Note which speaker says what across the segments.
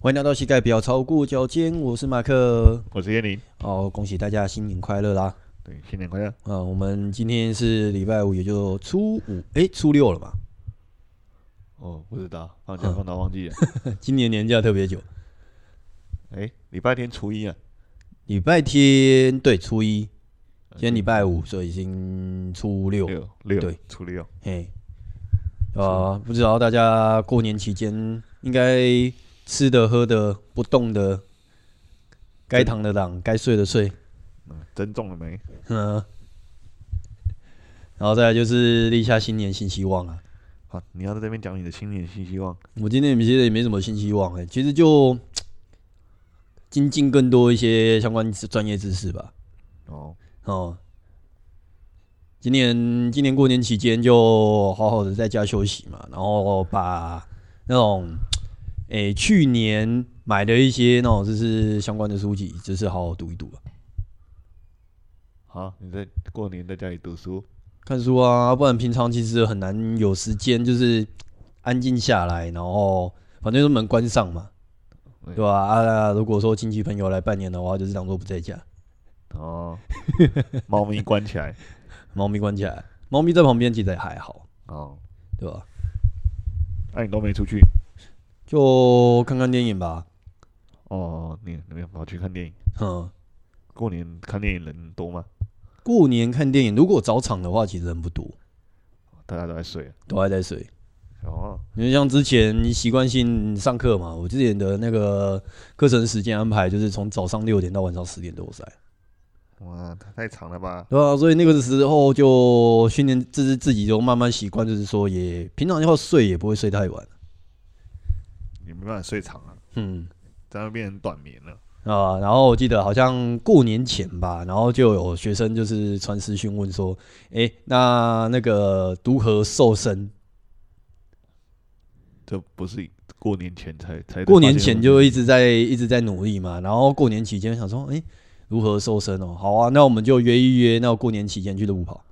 Speaker 1: 欢迎来到膝盖不要超过脚尖，我是马克。
Speaker 2: 我是叶林，
Speaker 1: 哦，恭喜大家新年快乐啦！
Speaker 2: 对，新年快乐！
Speaker 1: 啊、我们今天是礼拜五，也就初五，诶，初六了嘛。
Speaker 2: 哦，不知道，放假放到忘记了。
Speaker 1: 今年年假特别久，嗯
Speaker 2: 哎，礼拜天初一啊，
Speaker 1: 礼拜天对初一，今天礼
Speaker 2: 拜
Speaker 1: 拜五，所以已经初六。
Speaker 2: 六六
Speaker 1: 对，
Speaker 2: 初六。
Speaker 1: 嘿，啊，不知道大家过年期间应该吃的、喝的、不动的，该躺的躺，该睡的睡，
Speaker 2: 嗯，增重了没？
Speaker 1: 嗯。然后再来就是立下新年新希望啊。
Speaker 2: 好，你要在这边讲你的新年新希望。
Speaker 1: 我今天其实也没什么新希望哎、其实就精进更多一些相关专业知识吧。
Speaker 2: 哦，
Speaker 1: 哦，今年今年过年期间就好好的在家休息嘛，然后把那种诶、去年买的一些那种就是相关的书籍，就是好好读一啊读吧，
Speaker 2: 好，你在过年在家里读书，
Speaker 1: 看书啊，不然平常其实很难有时间就是安静下来，然后反正都门关上嘛。
Speaker 2: 对
Speaker 1: 对吧、啊？那如果说亲戚朋友来拜年的话，就是当做不在家，
Speaker 2: 哦， 猫咪关起来，
Speaker 1: 猫咪关起来，猫咪在旁边其实也还好，
Speaker 2: 哦，
Speaker 1: 对吧、
Speaker 2: 那你都没出去，
Speaker 1: 就看看电影吧，
Speaker 2: 哦，你你们跑去看电影？
Speaker 1: 嗯，
Speaker 2: 过年看电影人多吗？
Speaker 1: 过年看电影，如果早场的话，其实人不多，
Speaker 2: 大家都在睡啊。
Speaker 1: 都还在睡。
Speaker 2: 哦，
Speaker 1: 因为像之前习惯性上课嘛，我之前的那个课程时间安排就是从早上六点到晚上十点都在，
Speaker 2: 哇，太长了吧？
Speaker 1: 对啊，所以那个时候就训练，就是自己就慢慢习惯，就是说也平常要睡也不会睡太晚，
Speaker 2: 你没办法睡长啊，
Speaker 1: 嗯。
Speaker 2: 这样变成短眠了。
Speaker 1: 啊、然后我记得好像过年前吧，然后就有学生就是传私讯问说，诶，那那个如何瘦身？
Speaker 2: 这不是过年前才才
Speaker 1: 过年前就一
Speaker 2: 一
Speaker 1: 直在一直在努力嘛，然后过年期间想说，诶，如何瘦身哦？好啊，那我们就约一约，那我过年期间去路跑。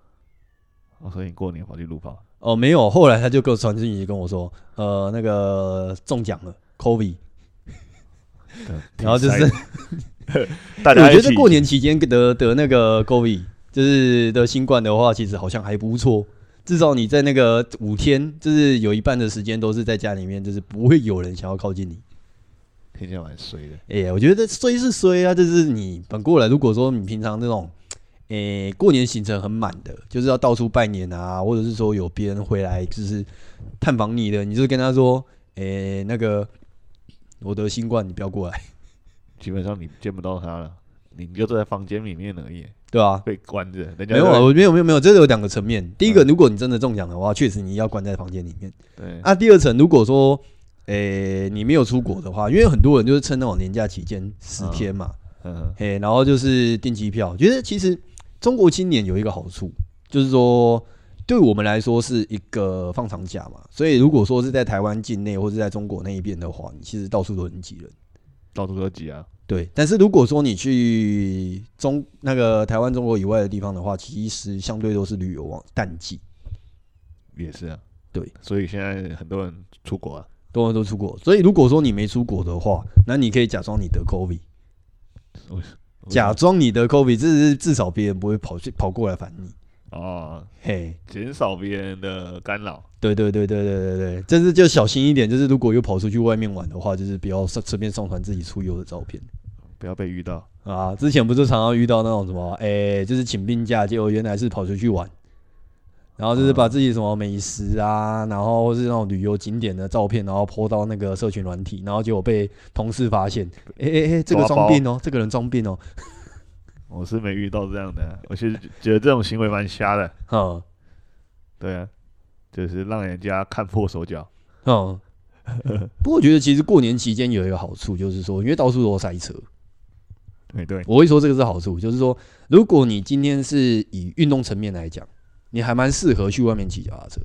Speaker 2: 哦，所以你过年跑去路 跑，
Speaker 1: 哦，没有，后来他就给我传讯息跟我说，呃，那个中奖了，Kobe。然 后就是
Speaker 2: 大
Speaker 1: 我
Speaker 2: 家
Speaker 1: 觉
Speaker 2: 一
Speaker 1: 得
Speaker 2: 起
Speaker 1: 过年期间得得那个 COVID，就是得新冠的话，其实好像还不错。至少你在那个五天，就是有一半的时间都是在家里面，就是不会有人想要靠近你。
Speaker 2: 听起来蛮衰的，
Speaker 1: 哎、我觉得衰是衰啊，就是你反过来，如果说你平常那种，哎、过年行程很满的，就是要到处拜年啊，或者是说有别人回来就是探访你的，你就跟他说，哎、那个我得新冠，你不要过来，
Speaker 2: 基本上你见不到他了，你就坐在房间里面而已，
Speaker 1: 对啊吧、
Speaker 2: 被关着，人家
Speaker 1: 没有啊，
Speaker 2: 在
Speaker 1: 我没有没有没有，这个有两个层面。第一个，如果你真的中奖的话，确实你要关在房间里面。
Speaker 2: 对
Speaker 1: 啊，第二层，如果说，诶、你没有出国的话，因为很多人就是趁那种年假期间十天嘛，
Speaker 2: 嗯
Speaker 1: 嘿、然后就是订机票。觉得其实中国今年有一个好处，就是说对我们来说是一个放长假嘛，所以如果说是在台湾境内或是在中国那一边的话，你其实到处都能挤人。
Speaker 2: 到处都挤啊，
Speaker 1: 对，但是如果说你去中那个台湾、中国以外的地方的话，其实相对都是旅游旺淡季，
Speaker 2: 也是啊，
Speaker 1: 对，
Speaker 2: 所以现在很多人出国啊，
Speaker 1: 很多人都出国。所以如果说你没出国的话，那你可以假装你得 COVID，假
Speaker 2: 哦
Speaker 1: 装你得 COVID，这是至少别人不会跑去跑过来烦你。
Speaker 2: 哦，
Speaker 1: 嘿，
Speaker 2: 减少别人的干扰，
Speaker 1: 对对对对对对对，但是就小心一点，就是如果又跑出去外面玩的话，就是不要上随便上传自己出游的照片。
Speaker 2: 不要被遇到，
Speaker 1: 啊，之前不是常常遇到那种什么，哎、就是请病假，结果原来是跑出去玩，然后就是把自己什么美食啊，然后或是那种旅游景点的照片，然后 po 到那个社群软体，然后结果被同事发现，哎哎哎，这个
Speaker 2: 抓
Speaker 1: 装
Speaker 2: 包
Speaker 1: 病哦，这个人装病哦，
Speaker 2: 我是没遇到这样的啊，我是觉得这种行为蛮瞎的，
Speaker 1: 嗯
Speaker 2: 对啊，就是让人家看破手脚，
Speaker 1: 嗯。 不过我觉得其实过年期间有一个好处，就是说，因为到处都塞车，
Speaker 2: 对哎对，
Speaker 1: 我会说这个是好处，就是说，如果你今天是以运动层面来讲，你还蛮适合去外面骑脚踏车。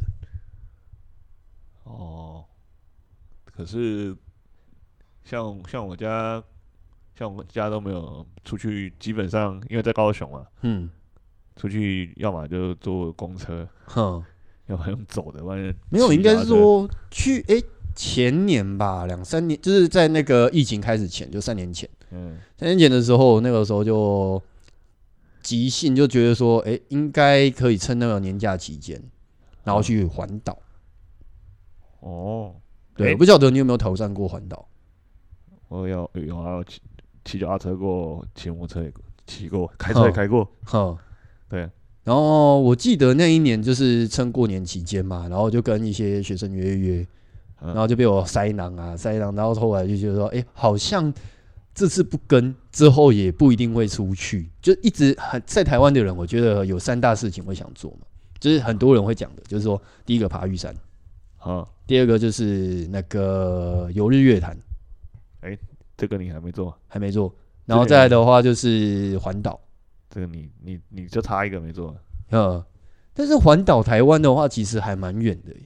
Speaker 2: 哦，可是像像我家，像我家都没有出去，基本上因为在高雄嘛，
Speaker 1: 嗯，
Speaker 2: 出去要么就坐公车，
Speaker 1: 哼、
Speaker 2: 要么用走的，反正
Speaker 1: 没有，应该是说去诶，前年吧，两三年，就是在那个疫情开始前，就三年前。
Speaker 2: 嗯，
Speaker 1: 三年前的时候，那个时候就即兴就觉得说，哎、应该可以趁那个年假期间，然后去环岛。
Speaker 2: 哦，
Speaker 1: 对，
Speaker 2: 诶
Speaker 1: 我不晓得你有没有挑战过环岛？
Speaker 2: 我有有啊，我骑骑脚踏车过，骑摩托车也过骑过，开车也
Speaker 1: 嗯
Speaker 2: 开过，
Speaker 1: 哼，
Speaker 2: 对。
Speaker 1: 然后我记得那一年就是趁过年期间嘛，然后就跟一些学生约一约，
Speaker 2: 嗯
Speaker 1: 然后就被我塞囊啊塞囊，然后后来就觉得说，哎、好像这次不跟，之后也不一定会出去，就一直很在台湾的人，我觉得有三大事情会想做嘛，就是很多人会讲的，就是说第一个爬玉山，
Speaker 2: 啊，
Speaker 1: 第二个就是那个游日月潭
Speaker 2: 这个你还没做，
Speaker 1: 还没做，然后再来的话就是环岛，
Speaker 2: 这个你你你就差一个没做，
Speaker 1: 呃，但是环岛台湾的话其实还蛮远的耶，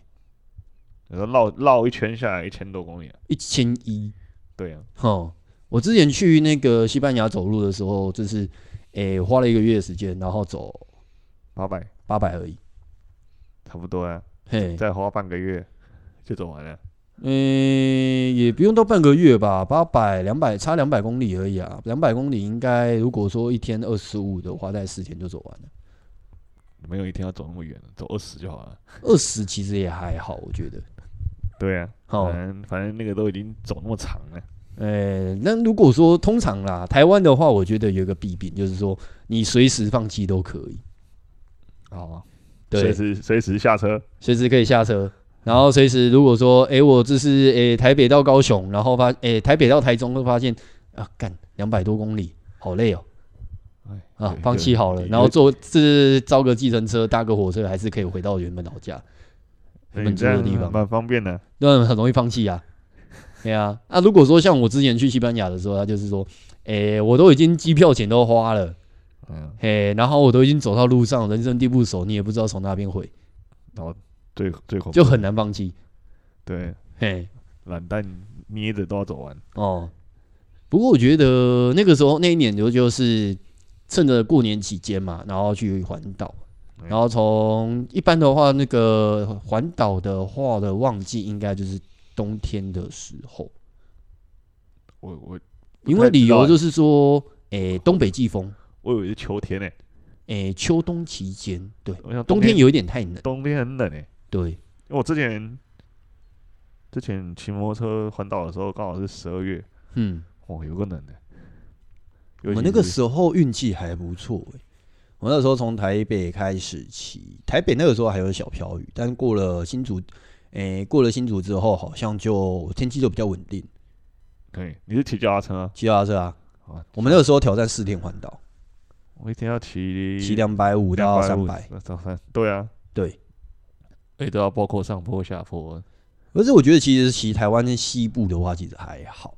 Speaker 2: 然后绕绕一圈下来一千多公里啊，
Speaker 1: 一千一。
Speaker 2: 对啊，
Speaker 1: 哦，我之前去那个西班牙走路的时候，就是诶、花了一个月的时间，然后走
Speaker 2: 八百
Speaker 1: 八百而已。
Speaker 2: 差不多啊，
Speaker 1: 嘿，
Speaker 2: 再花半个月就走完了。
Speaker 1: 嗯、也不用到半个月吧，八百两百差两百公里而已啊，两百公里应该如果说一天二十五的话，大概四天就走完了。
Speaker 2: 没有一天要走那么远，走二十就好了。
Speaker 1: 二十其实也还好，我觉得。
Speaker 2: 对啊，
Speaker 1: 好、
Speaker 2: 反正反正那个都已经走那么长了，
Speaker 1: 诶、那如果说通常啦，台湾的话，我觉得有一个弊病，就是说你随时放弃都可以，
Speaker 2: 好吗？随
Speaker 1: 对，
Speaker 2: 时随时下车，
Speaker 1: 随时可以下车。然后随时如果说，诶，我这是诶、台北到高雄，然后发诶、台北到台中，会发现啊，干两百多公里，好累哦，
Speaker 2: 哎
Speaker 1: 啊
Speaker 2: 对，
Speaker 1: 放弃好了，
Speaker 2: 对
Speaker 1: 然后坐是招个计程车，搭个火车，还是可以回到原本老家，
Speaker 2: 对
Speaker 1: 原
Speaker 2: 你
Speaker 1: 本住
Speaker 2: 这样
Speaker 1: 的地方，
Speaker 2: 蛮方便的。
Speaker 1: 那很容易放弃啊。对啊，那、如果说像我之前去西班牙的时候，他就是说，诶、我都已经机票钱都花了，
Speaker 2: 嗯，
Speaker 1: 嘿，然后我都已经走到路上，人生地不熟，你也不知道从哪边回，
Speaker 2: 然后最最恐怖
Speaker 1: 就很难放弃，
Speaker 2: 对，
Speaker 1: 嘿。
Speaker 2: 懒蛋捏着都要走完。
Speaker 1: 哦，不过我觉得那个时候那一年就就是趁着过年期间嘛，然后去环岛，
Speaker 2: 嗯
Speaker 1: 然后从一般的话，那个环岛的话的旺季应该就是冬天的时候，
Speaker 2: 我我
Speaker 1: 因为理由就是说，诶、东北季风，
Speaker 2: 我以为是秋天呢，
Speaker 1: 诶、秋冬期间，对，
Speaker 2: 我想
Speaker 1: 冬天
Speaker 2: 天
Speaker 1: 有一点太冷，
Speaker 2: 冬天很冷诶，
Speaker 1: 对，
Speaker 2: 因为我之前之前骑摩托车环岛的时候，刚好是十二月，
Speaker 1: 嗯，
Speaker 2: 哇，有个冷的。
Speaker 1: 我
Speaker 2: 尤
Speaker 1: 们
Speaker 2: 其
Speaker 1: 那个
Speaker 2: 是
Speaker 1: 时候运气还不错、欸、我那时候从台北开始骑，台北那个时候还有小飘雨，但过了新竹，诶、过了新竹之后，好像就天气就比较稳定。
Speaker 2: 对，你是骑脚踏车啊？
Speaker 1: 骑到这啊，
Speaker 2: 啊
Speaker 1: 我们那个时候挑战四天环岛，
Speaker 2: 我一天要骑
Speaker 1: 骑两百五到三百，
Speaker 2: 到三，对啊，
Speaker 1: 对。
Speaker 2: 哎、都要包括上坡下坡，啊
Speaker 1: 可是我觉得其实骑台湾西部的话，其实还好。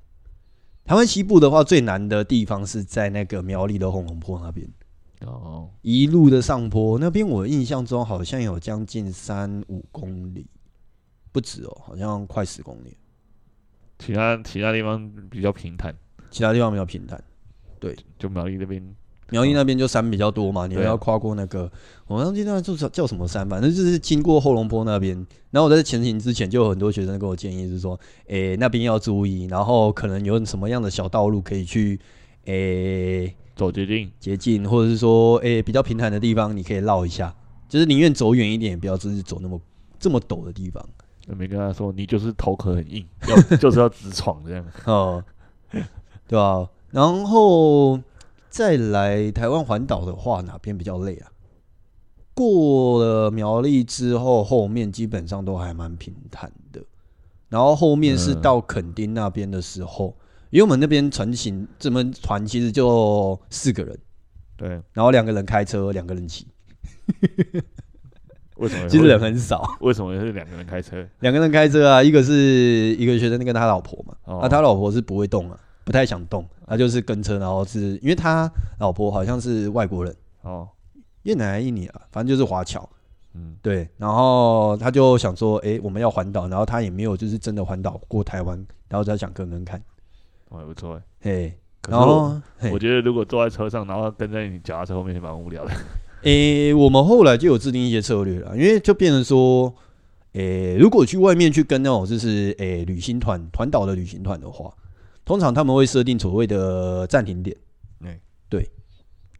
Speaker 1: 台湾西部的话，最难的地方是在那个苗栗的红龙坡那边，
Speaker 2: 然后
Speaker 1: 一路的上坡，那边我印象中好像有将近三五公里，不止哦，好像快十公里。
Speaker 2: 其他其他地方比较平坦，
Speaker 1: 其他地方比较平坦，
Speaker 2: 就苗栗那边
Speaker 1: 苗栗那边就山比较多嘛，你们
Speaker 2: 对啊
Speaker 1: 要跨过那个，我忘记那叫叫什么山，反正就是经过后龙坡那边。然后我在前行之前，就有很多学生跟我建议，是说，诶、那边要注意，然后可能有什么样的小道路可以去，诶、
Speaker 2: 走捷径，
Speaker 1: 捷径，或者是说，诶、比较平坦的地方，你可以绕一下，就是宁愿走远一点，也不要就是走那么这么陡的地方。
Speaker 2: 我没跟他说你就是头壳很硬，要 就是要直闯这样。
Speaker 1: 哦，对吧、然后再来台湾环岛的话，哪边比较累啊？过了苗栗之后，后面基本上都还蛮平坦的。然后后面是
Speaker 2: 嗯
Speaker 1: 到垦丁那边的时候，因为我们那边船行，这门团其实就四个人，
Speaker 2: 对，
Speaker 1: 然后两个人开车，两个人骑，
Speaker 2: 为什么？
Speaker 1: 其实人很少。
Speaker 2: 为什么是两个人开车？
Speaker 1: 两个人开车啊，一个是一个学生跟他老婆嘛，
Speaker 2: 哦
Speaker 1: 啊，他老婆是不会动啊，不太想动，他就是跟车，然后是因为他老婆好像是外国人，
Speaker 2: 哦，
Speaker 1: 越南还是印尼啊，反正就是华侨，
Speaker 2: 嗯，
Speaker 1: 对，然后他就想说，诶，我们要环岛，然后他也没有就是真的环岛过台湾，然后他想跟跟看，
Speaker 2: 哦，还不错欸。
Speaker 1: 嘿，
Speaker 2: 可是
Speaker 1: 然
Speaker 2: 我
Speaker 1: 后嘿
Speaker 2: 我觉得如果坐在车上，然后跟在你脚踏车后面，也蛮无聊的。
Speaker 1: 诶、我们后来就有制定一些策略了，因为就变成说，诶、诶、如果去外面去跟那种就是诶、旅行团团岛的旅行团的话，通常他们会设定所谓的暂停点，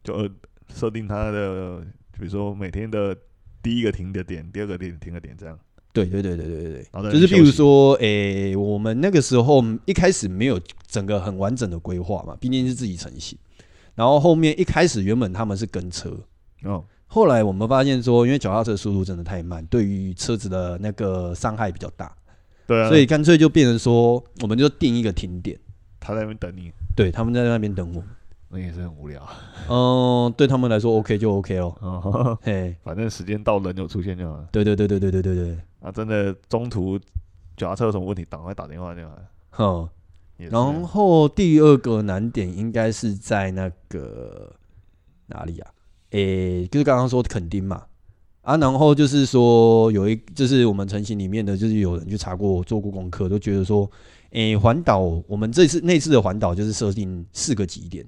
Speaker 2: 就呃设定它的，比如说每天的第一个停的点，第二个点停的点这样，
Speaker 1: 对对对对对对对。
Speaker 2: 然后再
Speaker 1: 就是
Speaker 2: 去
Speaker 1: 比如
Speaker 2: 休息，
Speaker 1: 说，诶、我们那个时候一开始没有整个很完整的规划嘛，毕竟是自己成型。然后后面一开始原本他们是跟车，
Speaker 2: 哦，
Speaker 1: 后来我们发现说，因为脚踏车速度真的太慢，对于车子的那个伤害比较大，
Speaker 2: 对啊，
Speaker 1: 所以干脆就变成说，我们就定一个停点，
Speaker 2: 他在那边等 你，
Speaker 1: 对，他们在那边等我。
Speaker 2: 那也是很无聊啊。
Speaker 1: 嗯，对他们来说 OK 就 OK 咯。
Speaker 2: 哦，
Speaker 1: 嘿，
Speaker 2: 反正时间到人有出现就好了。
Speaker 1: 对对对对对对对对，
Speaker 2: 啊，真的中途脚踏车有什么问题，赶快打电话就好了。
Speaker 1: 哼。
Speaker 2: 也是
Speaker 1: 然后第二个难点应该是在那个哪里啊？诶、就是刚刚说垦丁嘛，啊，然后就是说有一，就是我们成型里面的，就是有人去查过，做过功课，都觉得说，诶、环岛我们这次那次的环岛就是设定四个极点，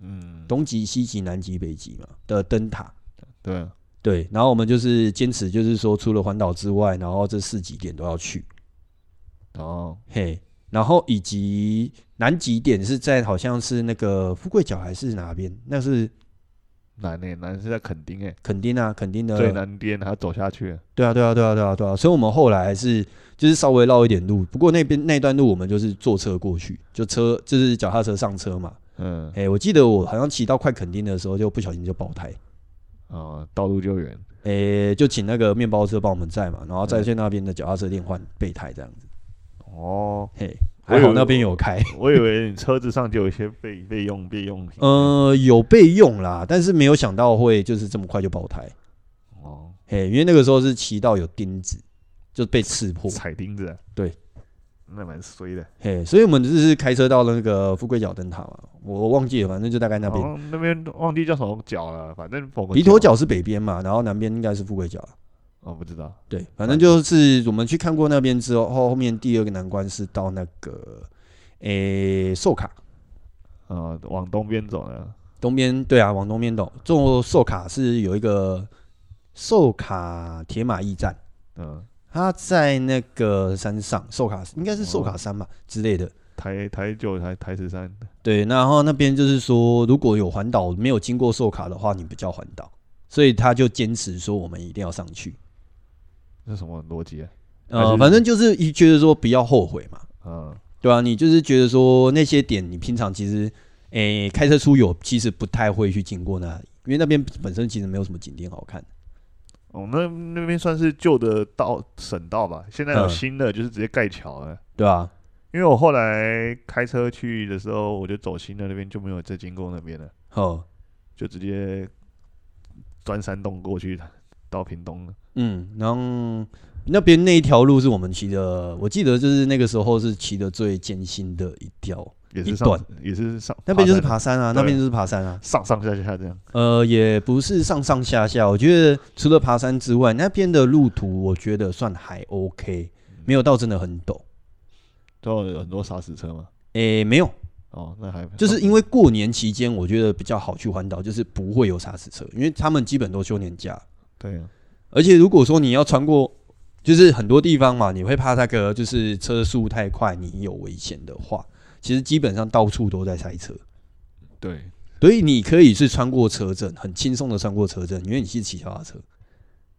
Speaker 2: 嗯，
Speaker 1: 东极、西极、南极、北极嘛的灯塔。
Speaker 2: 对啊，
Speaker 1: 对，然后我们就是坚持，就是说除了环岛之外，然后这四极点都要去。
Speaker 2: 然后
Speaker 1: 嘿，然后以及南极点是在好像是那个富贵角还是哪边？那是
Speaker 2: 南呢、南是在垦丁哎、
Speaker 1: 垦丁啊，垦丁的
Speaker 2: 最南边还要走下去，
Speaker 1: 对啊，对啊，对啊，对啊，对啊。所以我们后来还是就是稍微绕一点路，不过那边那段路我们就是坐车过去，就车就是脚踏车上车嘛。
Speaker 2: 嗯，
Speaker 1: 哎、我记得我好像骑到快垦丁的时候，就不小心就爆胎。
Speaker 2: 哦，道路救援，
Speaker 1: 诶、就请那个面包车帮我们载嘛，然后再去那边的脚踏车店换备胎这样子。
Speaker 2: 哦，
Speaker 1: 嘿，
Speaker 2: 我
Speaker 1: 还好
Speaker 2: 有
Speaker 1: 那边有开。
Speaker 2: 我以为你车子上就有一些备备用备用品，
Speaker 1: 呃，有备用啦，但是没有想到会就是这么快就爆胎。
Speaker 2: 哦，
Speaker 1: 嘿，因为那个时候是骑到有钉子，就被刺破。
Speaker 2: 踩钉子、啊，
Speaker 1: 对，
Speaker 2: 那蛮衰的。
Speaker 1: 嘿，所以我们就是开车到那个富贵角灯塔嘛，我忘记了，反正就大概那边。
Speaker 2: 哦、那边忘记叫什么角了，反正某个
Speaker 1: 鼻头角是北边嘛，然后南边应该是富贵角。
Speaker 2: 哦，不知道，
Speaker 1: 对，反正就是我们去看过那边之后，后后面第二个难关是到那个诶寿卡
Speaker 2: 呃，往东边走了，
Speaker 1: 东边，对啊，往东边走。坐寿卡是有一个寿卡铁马驿站。
Speaker 2: 嗯，
Speaker 1: 它在那个山上，寿卡应该是寿卡山吧之类的，
Speaker 2: 台台九台台十三，
Speaker 1: 对，然后那边就是说，如果有环岛没有经过寿卡的话，你不叫环岛，所以他就坚持说我们一定要上去。
Speaker 2: 这什么逻辑啊？还
Speaker 1: 呃，
Speaker 2: 是
Speaker 1: 反正就是一觉得说不要后悔嘛，
Speaker 2: 嗯，
Speaker 1: 对啊，你就是觉得说那些点你平常其实，诶、开车出游其实不太会去经过那里，因为那边本身其实没有什么景点好看。
Speaker 2: 哦，那那边算是旧的道省道吧，现在有
Speaker 1: 嗯
Speaker 2: 新的，就是直接盖桥了。
Speaker 1: 对啊，
Speaker 2: 因为我后来开车去的时候，我就走新的那边，就没有再经过那边了，
Speaker 1: 哦，
Speaker 2: 就直接钻山洞过去到屏东了。
Speaker 1: 嗯，然后那边那一条路是我们骑的，我记得就是那个时候是骑的最艰辛的一条，
Speaker 2: 也
Speaker 1: 一
Speaker 2: 是上
Speaker 1: 段，
Speaker 2: 也是上，
Speaker 1: 那边就是
Speaker 2: 爬
Speaker 1: 爬山啊，
Speaker 2: 对
Speaker 1: 那边就是爬山啊，
Speaker 2: 上上下下这样。
Speaker 1: 呃，也不是上上下下，我觉得除了爬山之外，那边的路途我觉得算还 OK，没有到真的很陡，
Speaker 2: 都有很多砂石车嘛。
Speaker 1: 诶、没有，
Speaker 2: 哦，那还
Speaker 1: 就是因为过年期间我觉得比较好去环岛，就是不会有砂石车，因为他们基本都休年假，
Speaker 2: 对啊，
Speaker 1: 而且如果说你要穿过，就是很多地方嘛，你会怕那个就是车速太快，你有危险的话，其实基本上到处都在塞车，
Speaker 2: 对，
Speaker 1: 所以你可以是穿过车阵，很轻松的穿过车阵，因为你是骑脚踏车，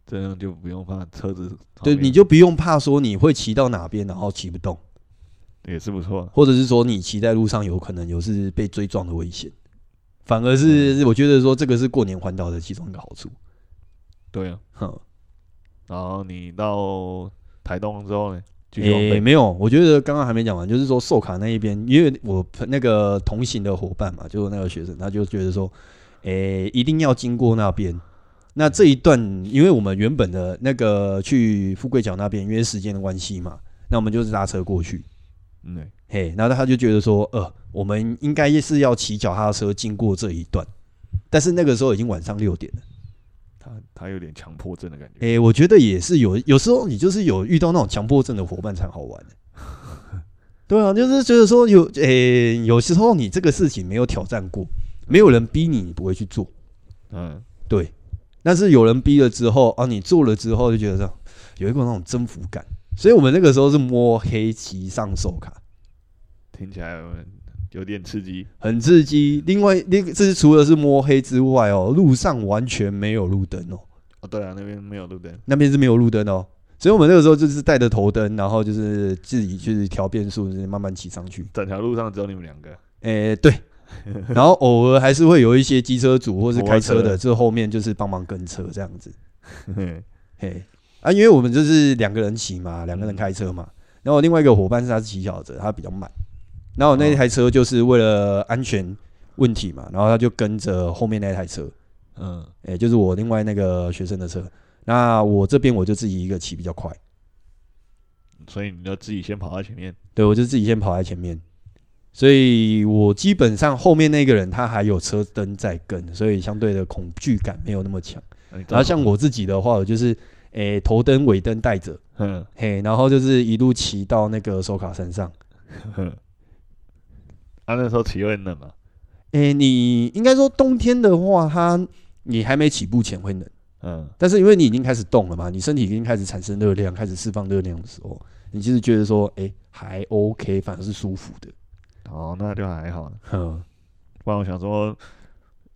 Speaker 2: 这样就不用怕车子旁
Speaker 1: 对，
Speaker 2: 边。
Speaker 1: 你就不用怕说你会骑到哪边然后骑不动，
Speaker 2: 也是不错。啊
Speaker 1: 或者是说你骑在路上有可能有是被追撞的危险，反而是我觉得说这个是过年环岛的其中一个好处，
Speaker 2: 对啊，
Speaker 1: 哼。
Speaker 2: 然后你到台东之后呢，继续往
Speaker 1: 诶、
Speaker 2: 北。
Speaker 1: 没有，我觉得刚刚还没讲完，就是说寿卡那一边，因为我那个同行的伙伴嘛，就是那个学生，他就觉得说，诶、一定要经过那边。那这一段，因为我们原本的那个去富贵角那边，因为时间的关系嘛，那我们就是搭车过去。
Speaker 2: 嗯，对
Speaker 1: 嘿，然后他就觉得说，呃，我们应该是要骑脚踏车经过这一段，但是那个时候已经晚上六点了。
Speaker 2: 他他有点强迫症的感觉。
Speaker 1: 诶、我觉得也是有，有时候你就是有遇到那种强迫症的伙伴才好玩、对啊，就是觉得说有，诶、有时候你这个事情没有挑战过，没有人逼你，你不会去做。
Speaker 2: 嗯，
Speaker 1: 对，但是有人逼了之后啊，你做了之后就觉得说，有一股那种征服感。所以我们那个时候是摸黑骑上手卡，
Speaker 2: 听起来有点刺激。
Speaker 1: 很刺激。另外，另这是除了是摸黑之外哦，路上完全没有路灯哦，
Speaker 2: 哦，对啊，那边没有路灯，
Speaker 1: 那边是没有路灯哦。所以我们那个时候就是带着头灯，然后就是自己去调变速，就是慢慢骑上去。
Speaker 2: 整条路上只有你们两 个。
Speaker 1: 诶、对。 然后偶尔还是会有一些机车主或是
Speaker 2: 摩
Speaker 1: 开
Speaker 2: 托车
Speaker 1: 车的，这后面就是帮忙跟车这样子。嘿，啊，因为我们就是两个人骑嘛，两个人开车嘛。然后另外一个伙伴是他是骑小的，他比较慢。然后我那
Speaker 2: 哦
Speaker 1: 台车就是为了安全问题嘛，然后他就跟着后面那台车，
Speaker 2: 嗯，
Speaker 1: 哎、就是我另外那个学生的车。那我这边我就自己一个骑比较快，
Speaker 2: 所以你要自己先跑到前面。
Speaker 1: 对我就自己先跑在前面，所以我基本上后面那个人他还有车灯在跟，所以相对的恐惧感没有那么强。
Speaker 2: 啊那你
Speaker 1: 然后像我自己的话，我就是诶、头灯尾灯带着，
Speaker 2: 嗯，
Speaker 1: 嘿，然后就是一路骑到那个手卡山上。
Speaker 2: 啊，那时候骑会很冷嘛，
Speaker 1: 诶、你应该说冬天的话，它你还没起步前会冷，
Speaker 2: 嗯，
Speaker 1: 但是因为你已经开始动了嘛，你身体已经开始产生热量，开始释放热量的时候，你其实觉得说，诶、还 OK，反而是舒服的。
Speaker 2: 哦，那就还好。
Speaker 1: 嗯，
Speaker 2: 不然我想说，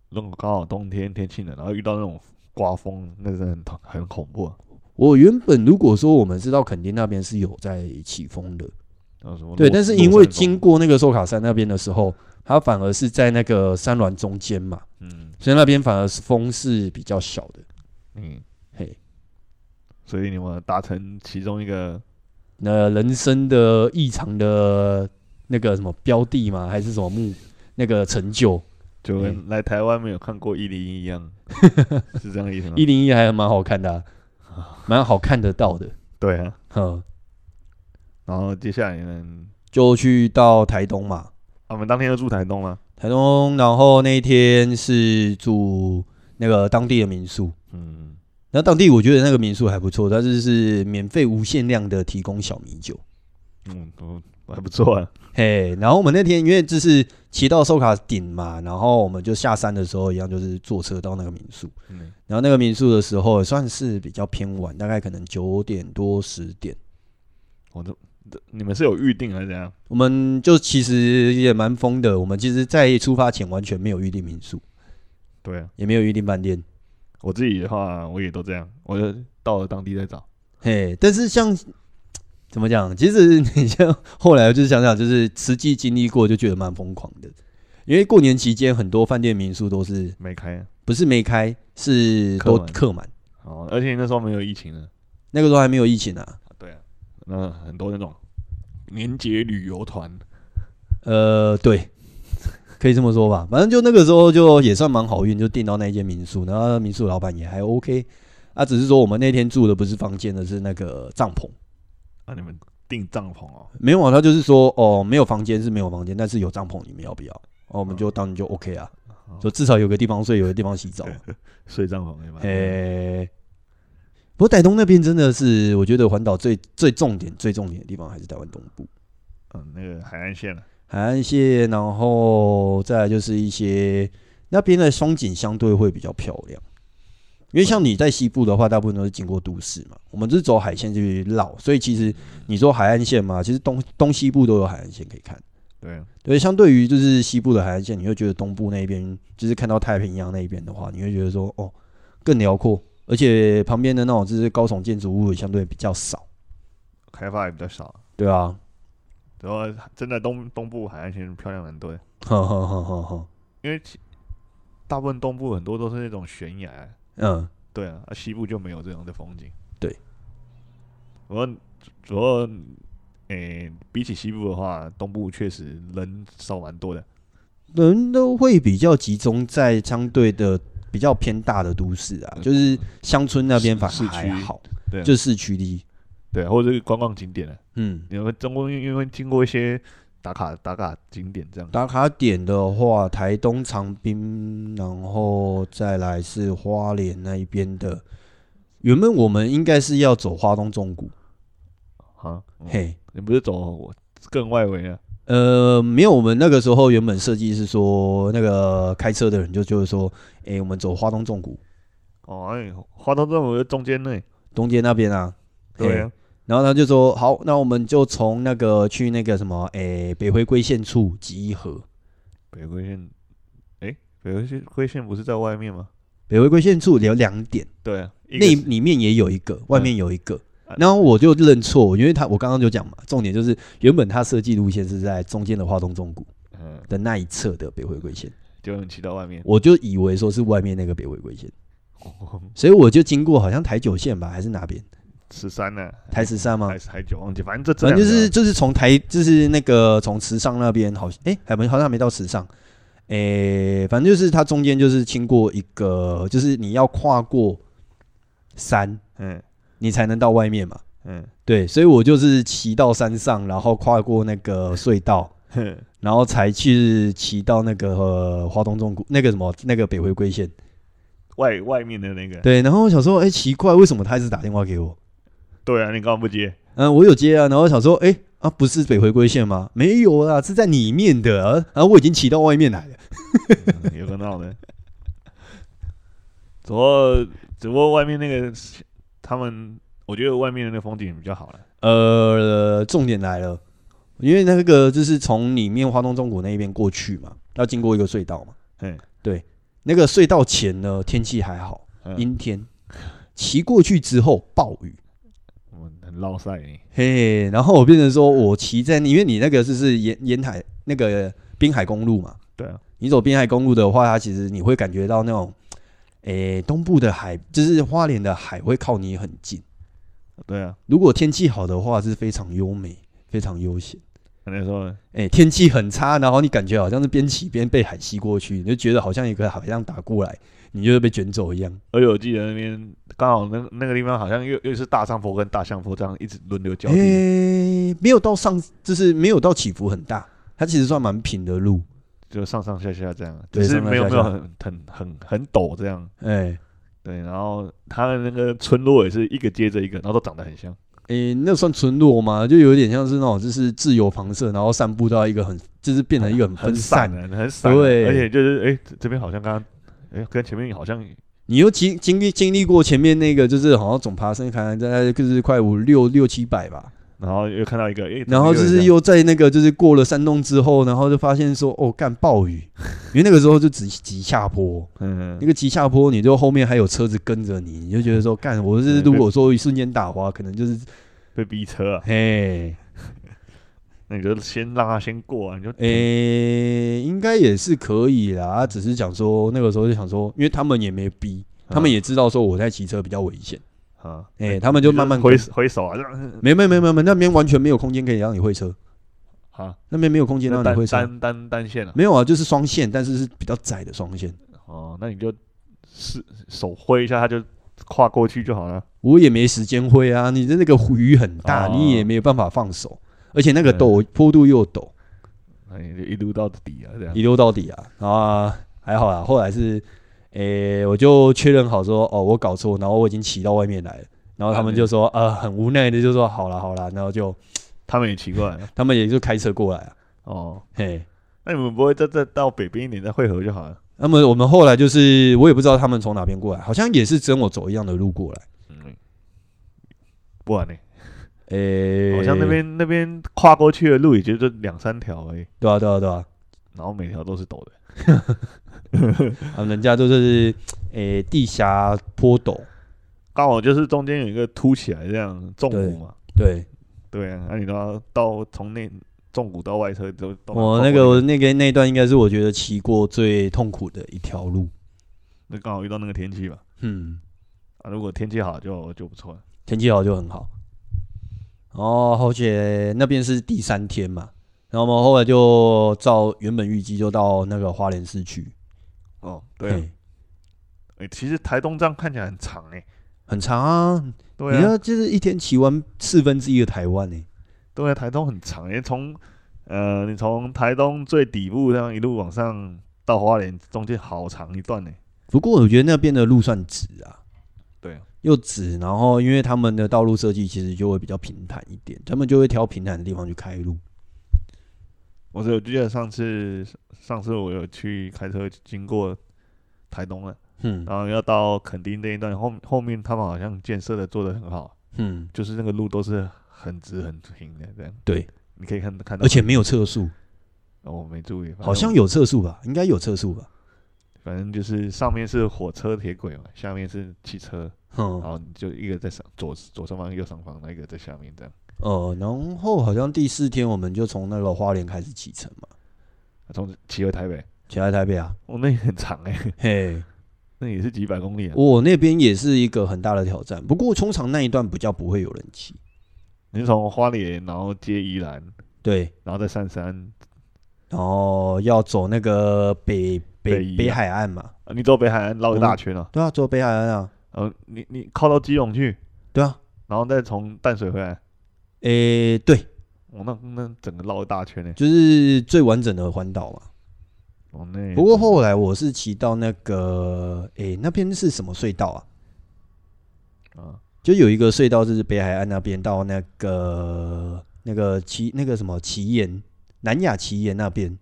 Speaker 2: 如果刚好冬天天气冷，然后遇到那种刮风，那真的很痛很恐怖、啊。
Speaker 1: 我原本如果说我们知道垦丁那边是有在起风的，
Speaker 2: 然后什么
Speaker 1: 对，
Speaker 2: 落
Speaker 1: 但是
Speaker 2: 落
Speaker 1: 因为
Speaker 2: 山风
Speaker 1: 经过那个寿卡山那边的时候，它反而是在那个山峦中间嘛，
Speaker 2: 嗯
Speaker 1: 所以那边反而是风是比较小的。
Speaker 2: 嗯，
Speaker 1: 嘿，
Speaker 2: 所以你们达成其中一个
Speaker 1: 那人生的异常的那个什么标的嘛，还是什么目那个成就，嗯
Speaker 2: 就跟来台湾没有看过一零一一 样，是这样的意思吗？
Speaker 1: 一零一还蛮好看的、啊，蛮好看得到的。
Speaker 2: 对啊，
Speaker 1: 嗯，
Speaker 2: 然后接下来呢，
Speaker 1: 就去到台东嘛，
Speaker 2: 啊我们当天就住台东了，
Speaker 1: 台东，然后那一天是住那个当地的民宿。
Speaker 2: 嗯，
Speaker 1: 那当地我觉得那个民宿还不错，它就是免费无限量的提供小米酒。
Speaker 2: 嗯，都还不错啊。
Speaker 1: 嘿，然后我们那天因为就是骑到寿卡顶嘛，然后我们就下山的时候一样，就是坐车到那个民宿。
Speaker 2: 嗯
Speaker 1: 然后那个民宿的时候也算是比较偏晚，大概可能九点多十点。
Speaker 2: 我都这你们是有预定还是怎样？
Speaker 1: 我们就其实也蛮疯的，我们其实在出发前完全没有预定民宿，
Speaker 2: 对啊，
Speaker 1: 也没有预定饭店。
Speaker 2: 我自己的话我也都这样，我就到了当地再找。
Speaker 1: 嘿，但是像怎么讲，其实你像后来就是想想，就是实际经历过，就觉得蛮疯狂的。因为过年期间很多饭店民宿都是
Speaker 2: 没开啊，
Speaker 1: 不是没开，是都
Speaker 2: 客满
Speaker 1: 客满。
Speaker 2: 哦，而且那时候没有疫情呢。
Speaker 1: 那个时候还没有疫情啊，
Speaker 2: 对啊，那很多那种年节旅游团，
Speaker 1: 呃，对，可以这么说吧。反正就那个时候就也算蛮好运，就订到那间民宿，然后民宿老板也还 OK。啊，只是说我们那天住的不是房间的，是那个帐篷。
Speaker 2: 啊，你们订帐篷哦，
Speaker 1: 没有啊，他就是说哦，没有房间是没有房间，但是有帐篷，你们要不要？哦，我们就当然就 OK 啊，就至少有个地方睡，有个地方洗澡嘛。
Speaker 2: 睡帐篷对吧？
Speaker 1: 诶，不过台东那边真的是，我觉得环岛最最重点、最重点的地方还是台湾东部
Speaker 2: 嗯，那个海岸线啊，
Speaker 1: 海岸线，然后再来就是一些那边的风景相对会比较漂亮。因为像你在西部的话，大部分都是经过都市嘛，我们就是走海线去绕，所以其实你说海岸线嘛，其实东东西部都有海岸线可以看。
Speaker 2: 对啊，
Speaker 1: 对，相对于就是西部的海岸线，你会觉得东部那边就是看到太平洋那一边的话，你会觉得说哦更辽阔，而且旁边的那种就是高耸建筑物也相对比较少，
Speaker 2: 开发也比较少。
Speaker 1: 对啊，
Speaker 2: 然后真的东东部海岸线漂亮很多，
Speaker 1: 哼哼哼哼哼，
Speaker 2: 因为其大部分东部很多都是那种悬崖，啊
Speaker 1: 嗯，
Speaker 2: 对啊，啊西部就没有这样的风景。
Speaker 1: 对，
Speaker 2: 不过主要诶、比起西部的话，东部确实人少蛮多的。
Speaker 1: 人都会比较集中在相对的比较偏大的都市啊，就是乡村那边
Speaker 2: 市
Speaker 1: 反
Speaker 2: 市
Speaker 1: 而还
Speaker 2: 区
Speaker 1: 好，
Speaker 2: 对啊
Speaker 1: 就市区里，
Speaker 2: 对啊，或者是观光景点啊，
Speaker 1: 嗯，
Speaker 2: 你们中国因为经过一些打卡打卡景点这样。
Speaker 1: 打卡点的话，台东长滨，然后再来是花莲那一边的。原本我们应该是要走花东纵谷，
Speaker 2: 啊，嗯
Speaker 1: 嘿，
Speaker 2: 你不是走我更外围啊？
Speaker 1: 呃，没有，我们那个时候原本设计是说，那个开车的人就就是说，诶，我们走花东纵谷
Speaker 2: 哦，哎，花东这种中间呢，
Speaker 1: 东街那边啊，
Speaker 2: 对啊，
Speaker 1: 然后他就说：“好，那我们就从那个去那个什么，诶、北回归线处集合。
Speaker 2: 北回归线，哎、北回归归线不是在外面吗？
Speaker 1: 北回归线处有两点，
Speaker 2: 对啊，一个
Speaker 1: 那
Speaker 2: 是
Speaker 1: 里面也有一个，外面有一个。
Speaker 2: 啊
Speaker 1: 然后我就认错，因为他我刚刚就讲嘛，重点就是原本他设计路线是在中间的华东中谷
Speaker 2: 嗯，
Speaker 1: 的那一侧的北回归线，
Speaker 2: 就能骑到外面。
Speaker 1: 我就以为说是外面那个北回归线，
Speaker 2: 我
Speaker 1: 所以我就经过好像台九线吧，还是哪边
Speaker 2: 十三呢，
Speaker 1: 台十三吗？
Speaker 2: 还是还九忘记，反正这这
Speaker 1: 啊反正
Speaker 2: 两
Speaker 1: 就
Speaker 2: 个啊
Speaker 1: 是就是从台就是那个从池上那边好像哎、还没好像还没到池上，哎、反正就是它中间就是经过一个就是你要跨过山，
Speaker 2: 嗯
Speaker 1: 你才能到外面嘛。
Speaker 2: 嗯
Speaker 1: 对，所以我就是骑到山上，然后跨过那个隧道，
Speaker 2: 哼
Speaker 1: 然后才去骑到那个、呃、华东纵谷那个什么那个北回归线。
Speaker 2: 外外面的那个，
Speaker 1: 对，然后我想说，哎、奇怪，为什么他一直打电话给我？
Speaker 2: 对啊，你刚刚不接，
Speaker 1: 嗯，我有接啊，然后想说，哎、啊，不是北回归线吗？没有啦，是在里面的、啊，然后我已经骑到外面来了。
Speaker 2: 嗯有个闹的。 只不过只不过外面那个他们，我觉得外面的那个风景比较好了。
Speaker 1: 呃，重点来了，因为那个就是从里面花东中谷那一边过去嘛，要经过一个隧道嘛。
Speaker 2: 嗯
Speaker 1: 对，那个隧道前呢，天气还好，
Speaker 2: 嗯，
Speaker 1: 阴天。骑过去之后暴雨，
Speaker 2: 我们很绕赛你，
Speaker 1: 嘿，然后我变成说我骑在，因为你那个就是沿沿海那个滨海公路嘛，
Speaker 2: 对啊，
Speaker 1: 你走滨海公路的话，它其实你会感觉到那种，诶、东部的海，就是花莲的海会靠你很近。
Speaker 2: 对啊，
Speaker 1: 如果天气好的话，是非常优美、非常悠闲。
Speaker 2: 那时候
Speaker 1: 诶、天气很差，然后你感觉好像是边骑边被海吸过去，你就觉得好像一个海浪打过来，你就会被卷走一样。
Speaker 2: 而且我记得那边刚好那那个地方好像又又是大上坡跟大下坡这样一直轮流交替，
Speaker 1: 诶、没有到上，就是没有到起伏很大，它其实算蛮平的路。
Speaker 2: 就上上下下这样，
Speaker 1: 对
Speaker 2: 只是没有
Speaker 1: 上上下下
Speaker 2: 没有很很很很陡这样。
Speaker 1: 诶、
Speaker 2: 对，然后它的那个村落也是一个接着一个，然后都长得很像。
Speaker 1: 诶、那算村落吗？就有点像是那种就是自由房舍，然后散步到一个很，就是变成一个很分
Speaker 2: 很
Speaker 1: 散
Speaker 2: 的，很散的，
Speaker 1: 对
Speaker 2: 而且就是哎、这这边好像刚刚，哎、跟前面好像
Speaker 1: 你又经经历经历过前面那个，就是好像总爬升，可能大概就是快五六六七百吧。
Speaker 2: 然后又看到一个，哎、
Speaker 1: 然后就是
Speaker 2: 又
Speaker 1: 又在那个就是过了山洞之后，然后就发现说，哦，干暴雨，因为那个时候就急急下坡，
Speaker 2: 嗯
Speaker 1: 那，个急下坡，你就后面还有车子跟着你，你就觉得说，干，我是
Speaker 2: 嗯
Speaker 1: 如果说一瞬间打滑，可能就是
Speaker 2: 被逼车啊，
Speaker 1: 嘿，
Speaker 2: 那你就先让他先过啊，你就
Speaker 1: 诶、应该也是可以啦，啊只是讲说那个时候就想说，因为他们也没逼，他
Speaker 2: 嗯
Speaker 1: 们也知道说我在骑车比较危险，
Speaker 2: 啊，
Speaker 1: 诶、哎他们就慢慢
Speaker 2: 挥
Speaker 1: 跟
Speaker 2: 挥手啊，这样
Speaker 1: 没没没没没，那边完全没有空间可以让你会车，
Speaker 2: 啊，
Speaker 1: 那边没有空间让
Speaker 2: 那
Speaker 1: 你
Speaker 2: 单
Speaker 1: 会车。
Speaker 2: 单单单线啊，
Speaker 1: 没有啊，就是双线，但是是比较窄的双线。
Speaker 2: 哦，那你就是手挥一下，他就跨过去就好了。
Speaker 1: 我也没时间挥啊，你的那个雨很大，
Speaker 2: 哦
Speaker 1: 你也没有办法放手，而且那个
Speaker 2: 对
Speaker 1: 陡坡度又陡，
Speaker 2: 那你就一路到底啊，这样
Speaker 1: 一溜到底啊。啊，还好啦，后来是，诶、我就确认好说，哦，我搞错，然后我已经骑到外面来了。然后他们就说，呃，很无奈的就说，好啦好啦，然后就
Speaker 2: 他们也奇怪啊
Speaker 1: 他们也就开车过来啊，
Speaker 2: 哦。
Speaker 1: 嘿，
Speaker 2: 那你们不会再再到北边一点再汇合就好了？
Speaker 1: 那么我们后来就是，我也不知道他们从哪边过来，好像也是跟我走一样的路过来。
Speaker 2: 嗯，不然呢？
Speaker 1: 诶、
Speaker 2: 好像那边那边跨过去的路也就这两三条而已，
Speaker 1: 对啊，对啊，对啊，
Speaker 2: 然后每条都是陡的。
Speaker 1: 啊，人家就是诶、地峡坡陡，
Speaker 2: 刚好就是中间有一个凸起来这样纵谷嘛，
Speaker 1: 对
Speaker 2: 对啊，那、你都要到从内纵谷到外侧都都
Speaker 1: 我那个我那个那一段应该是我觉得骑过最痛苦的一条路。
Speaker 2: 那刚好遇到那个天气吧，
Speaker 1: 嗯，
Speaker 2: 啊，如果天气好就就不错了，
Speaker 1: 天气好就很好。哦，而且那边是第三天嘛，然后我们后来就照原本预计就到那个花莲市区。
Speaker 2: 哦，对、啊，
Speaker 1: 嘿
Speaker 2: 哎、其实台东站看起来很长哎、
Speaker 1: 很长啊，
Speaker 2: 对
Speaker 1: 你
Speaker 2: 啊，
Speaker 1: 要就是一天骑完四分之一的台湾呢、欸
Speaker 2: 对啊，台东很长哎、从呃你从台东最底部这样一路往上到花莲，中间好长一段呢、欸
Speaker 1: 不过我觉得那边的路算直啊，
Speaker 2: 对啊，
Speaker 1: 又直，然后因为他们的道路设计其实就会比较平坦一点，他们就会挑平坦的地方去开路。
Speaker 2: 我只有记得上次上次我有去开车经过台东了。
Speaker 1: 嗯，
Speaker 2: 然后要到垦丁这一段，后后面他们好像建设的做的很好，
Speaker 1: 嗯，
Speaker 2: 就是那个路都是很直很平的这样。
Speaker 1: 对，
Speaker 2: 你可以看看到，
Speaker 1: 而且没有测速，
Speaker 2: 哦我没注意，反正
Speaker 1: 好像
Speaker 2: 我
Speaker 1: 有测速吧？应该有测速吧？
Speaker 2: 反正就是上面是火车铁轨嘛，下面是汽车，然
Speaker 1: 嗯，
Speaker 2: 后你就一个在上左左上方右上方，那一个在下面这样。
Speaker 1: 哦，然后好像第四天我们就从那个花莲开始启程嘛，
Speaker 2: 从骑回台北，
Speaker 1: 起来台北啊，
Speaker 2: 哦，那也很长哎、
Speaker 1: 嘿，
Speaker 2: 那也是几百公里啊。
Speaker 1: 我那边也是一个很大的挑战，不过通常那一段比较不会有人骑，
Speaker 2: 你是从花莲，然后接宜兰，
Speaker 1: 对，
Speaker 2: 然后再上山，
Speaker 1: 然后要走那个北
Speaker 2: 北
Speaker 1: 北
Speaker 2: 宜啊
Speaker 1: 北海岸嘛，
Speaker 2: 啊你走北海岸绕一大圈啊，
Speaker 1: 对啊，走北海岸啊，
Speaker 2: 然后你你靠到基隆去，
Speaker 1: 对啊，
Speaker 2: 然后再从淡水回来，
Speaker 1: 诶、对，
Speaker 2: 哦，那那整个绕一大圈呢、
Speaker 1: 就是最完整的环岛嘛。
Speaker 2: 哦，那也
Speaker 1: 不过后来我是骑到那个，诶、那边是什么隧道啊？
Speaker 2: 啊，
Speaker 1: 就有一个隧道，就是北海岸那边到那个那个奇那个什么奇岩南雅奇岩那边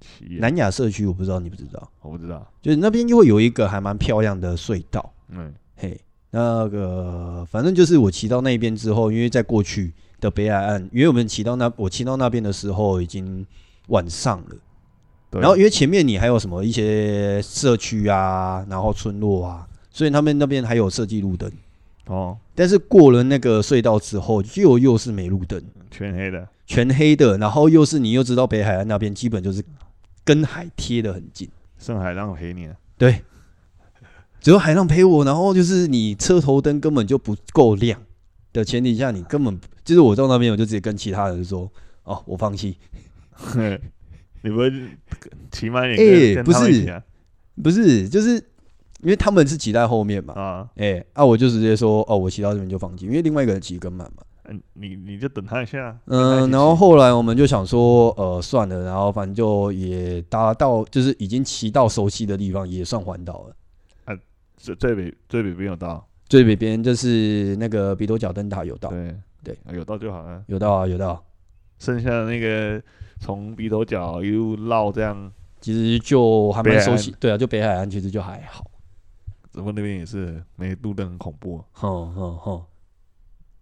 Speaker 2: 奇岩
Speaker 1: 南雅社区，我不知道你不知道，
Speaker 2: 我不知道，
Speaker 1: 就是那边就会有一个还蛮漂亮的隧道，
Speaker 2: 嗯，
Speaker 1: 嘿，那个反正就是我骑到那边之后，因为在过去的北海岸，因为我们骑到那我骑到那边的时候已经晚上了。
Speaker 2: 对，啊
Speaker 1: 然后因为前面你还有什么一些社区啊，然后村落啊，所以他们那边还有设计路灯。
Speaker 2: 哦，
Speaker 1: 但是过了那个隧道之后，就又是没路灯，
Speaker 2: 全黑的，
Speaker 1: 全黑的，然后又是你又知道北海岸那边基本就是跟海贴的很近，
Speaker 2: 深海浪陪 你啊，
Speaker 1: 对，只有海浪陪我，然后就是你车头灯根本就不够亮的前提下，你根本不就是我到那边我就直接跟其他人说，哦，我放弃，
Speaker 2: 你不会骑慢一
Speaker 1: 哎
Speaker 2: 点跟，跟
Speaker 1: 不
Speaker 2: 他们
Speaker 1: 是
Speaker 2: 一起啊？
Speaker 1: 不是，就是因为他们是骑在后面嘛，
Speaker 2: 啊，
Speaker 1: 哎、啊，我就直接说，哦，我骑到这边就放弃，因为另外一个人骑跟满嘛。
Speaker 2: 嗯你你就等他一下，跟他一起
Speaker 1: 嗯，
Speaker 2: 骑
Speaker 1: 然后后来我们就想说，呃，算了，然后反正就也达到，就是已经骑到熟悉的地方，也算环岛了。
Speaker 2: 最最北最北边有到，
Speaker 1: 最北边就是那个比多角灯塔有到，
Speaker 2: 对
Speaker 1: 对
Speaker 2: 啊有到就好了，
Speaker 1: 有到啊，有到。
Speaker 2: 剩下的那个从鼻头角一路绕这样，
Speaker 1: 其实就还蛮
Speaker 2: 北海
Speaker 1: 熟
Speaker 2: 岸
Speaker 1: 悉，对啊，就北海岸其实就还好。
Speaker 2: 只不过那边也是没路灯很恐怖，啊
Speaker 1: 哼哼哼，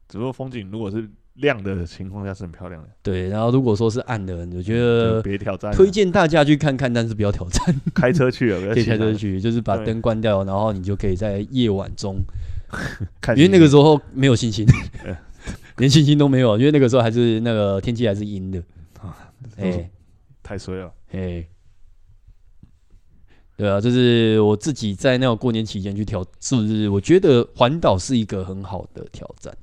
Speaker 2: 只不过风景如果是亮的情况下是很漂亮的，
Speaker 1: 对。然后如果说是暗的，我觉
Speaker 2: 就
Speaker 1: 得
Speaker 2: 别挑战了，
Speaker 1: 推荐大家去看看，但是不要挑 战，
Speaker 2: 开车去啊，不要
Speaker 1: 可以
Speaker 2: 骑
Speaker 1: 开
Speaker 2: 它
Speaker 1: 车去，就是把
Speaker 2: 对
Speaker 1: 灯关掉，然后你就可以在夜晚中
Speaker 2: 看
Speaker 1: 因
Speaker 2: 星
Speaker 1: 为那
Speaker 2: 星，
Speaker 1: 个时候没有信心
Speaker 2: 嗯，
Speaker 1: 连信心都没有，因为那个时候还是那个天气还是阴的，
Speaker 2: 啊
Speaker 1: 哎、
Speaker 2: 太衰了，
Speaker 1: 哎、对啊，就是我自己在那种过年期间去挑，是不是？我觉得环岛是一个很好的挑战，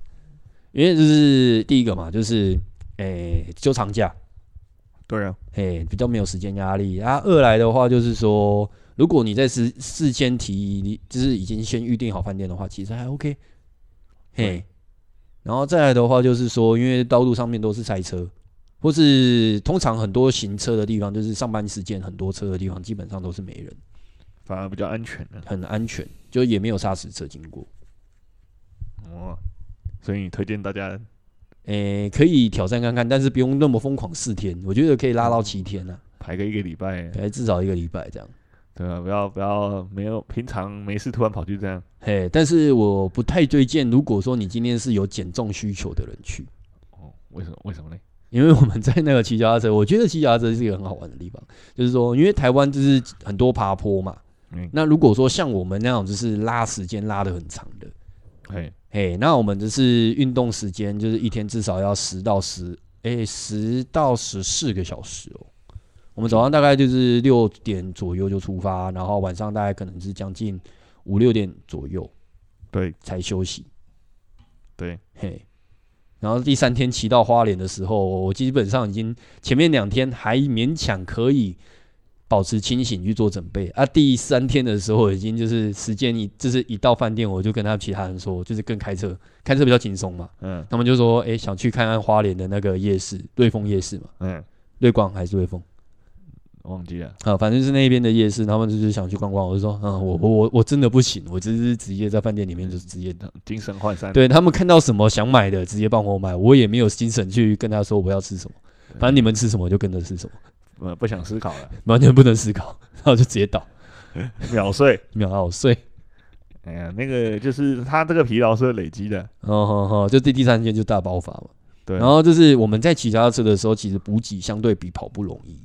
Speaker 1: 因为就是第一个嘛，就是哎、休长假，
Speaker 2: 对啊，
Speaker 1: 哎，比较没有时间压力。啊，二来的话就是说，如果你在事事先提，你就是已经先预定好饭店的话，其实还 OK。嘿
Speaker 2: 对，
Speaker 1: 然后再来的话就是说，因为道路上面都是塞车，或是通常很多行车的地方，就是上班时间很多车的地方，基本上都是没人，
Speaker 2: 反而比较安全的，
Speaker 1: 很安全，就也没有砂石车经过。
Speaker 2: 哦，所以你推荐大家
Speaker 1: 诶，可以挑战看看，但是不用那么疯狂四天，我觉得可以拉到七天啊，
Speaker 2: 排个一个礼拜，
Speaker 1: 哎，至少一个礼拜这样。
Speaker 2: 对啊，不要不要没有平常没事突然跑去这样，
Speaker 1: 嘿，但是我不太推荐，如果说你今天是有减重需求的人去，
Speaker 2: 哦，为什么为什么呢？
Speaker 1: 因为我们在那个骑脚踏车，我 觉得骑脚踏车是一个很好玩的地方，就是说，因为台湾就是很多爬坡嘛，
Speaker 2: 嗯
Speaker 1: 那如果说像我们那种就是拉时间拉的很长的，
Speaker 2: 嘿，
Speaker 1: 嘿，那我们就是运动时间就是一天至少要十到十，哎，十到十四个小时哦。我们早上大概就是六点左右就出发，然后晚上大概可能是将近五六点左右
Speaker 2: 对
Speaker 1: 才休息。
Speaker 2: 对，
Speaker 1: 嘿，然后第三天骑到花莲的时候，我基本上已经前面两天还勉强可以保持清醒去做准备啊，第三天的时候已经就是时间一就是一到饭店，我就跟他其他人说，就是跟开车，开车比较轻松嘛，
Speaker 2: 嗯
Speaker 1: 他们就说，诶，想去看看花莲的那个夜市，瑞丰夜市嘛，
Speaker 2: 嗯，
Speaker 1: 瑞光还是瑞丰
Speaker 2: 忘记了，
Speaker 1: 啊，反正是那边的夜市，他们就是想去逛逛，我就说，嗯，我我我我真的不行，我只是直接在饭店里面就直接
Speaker 2: 精神涣散，
Speaker 1: 对他们看到什么想买的，直接帮我买，我也没有精神去跟他说我要吃什么，反正你们吃什么我就跟着吃什么，
Speaker 2: 呃，不想思考了，
Speaker 1: 完全不能思考，然后就直接倒，
Speaker 2: 秒睡。
Speaker 1: 啊秒好睡。
Speaker 2: 哎呀，那个就是他这个疲劳是会累积的，
Speaker 1: 哦好好，就第第三天就大爆发嘛。
Speaker 2: 嗯对，啊
Speaker 1: 然后就是我们在骑脚踏车的时候，其实补给相对比跑步容易，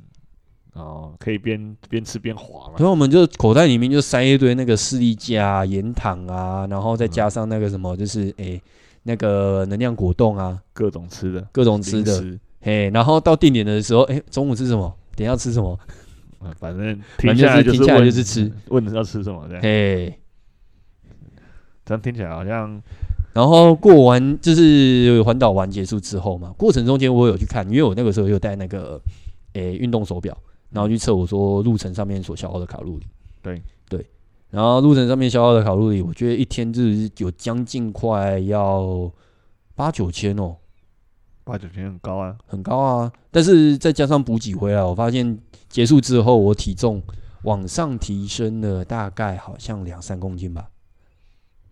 Speaker 2: 哦，可以边边吃边滑嘛
Speaker 1: 所，以我们就口袋里面就塞一堆那个士力架、啊、盐糖啊，然后再加上那个什么，就是
Speaker 2: 嗯
Speaker 1: 诶、那个能量果冻啊，
Speaker 2: 各种吃的，
Speaker 1: 各种吃的，
Speaker 2: 零食，
Speaker 1: 嘿，然后到定点的时候，诶、中午吃什么？等一下吃什么？
Speaker 2: 啊反正停
Speaker 1: 反
Speaker 2: 下
Speaker 1: 正
Speaker 2: 来
Speaker 1: 就是停
Speaker 2: 问
Speaker 1: 下来就是吃，
Speaker 2: 问要吃什么这样，
Speaker 1: 嘿，
Speaker 2: 这样听起来好像
Speaker 1: 然后过完就是环岛完结束之后嘛，过程中间我有去看，因为我那个时候有带那个诶运、动手表，然后去测我说路程上面所消耗的卡路里。
Speaker 2: 对
Speaker 1: 对，然后路程上面消耗的卡路里，我觉得一天就是有将近快要八九千哦，
Speaker 2: 八九千很高啊，
Speaker 1: 很高啊。但是再加上补给回来，我发现结束之后我体重往上提升了大概好像两三公斤吧。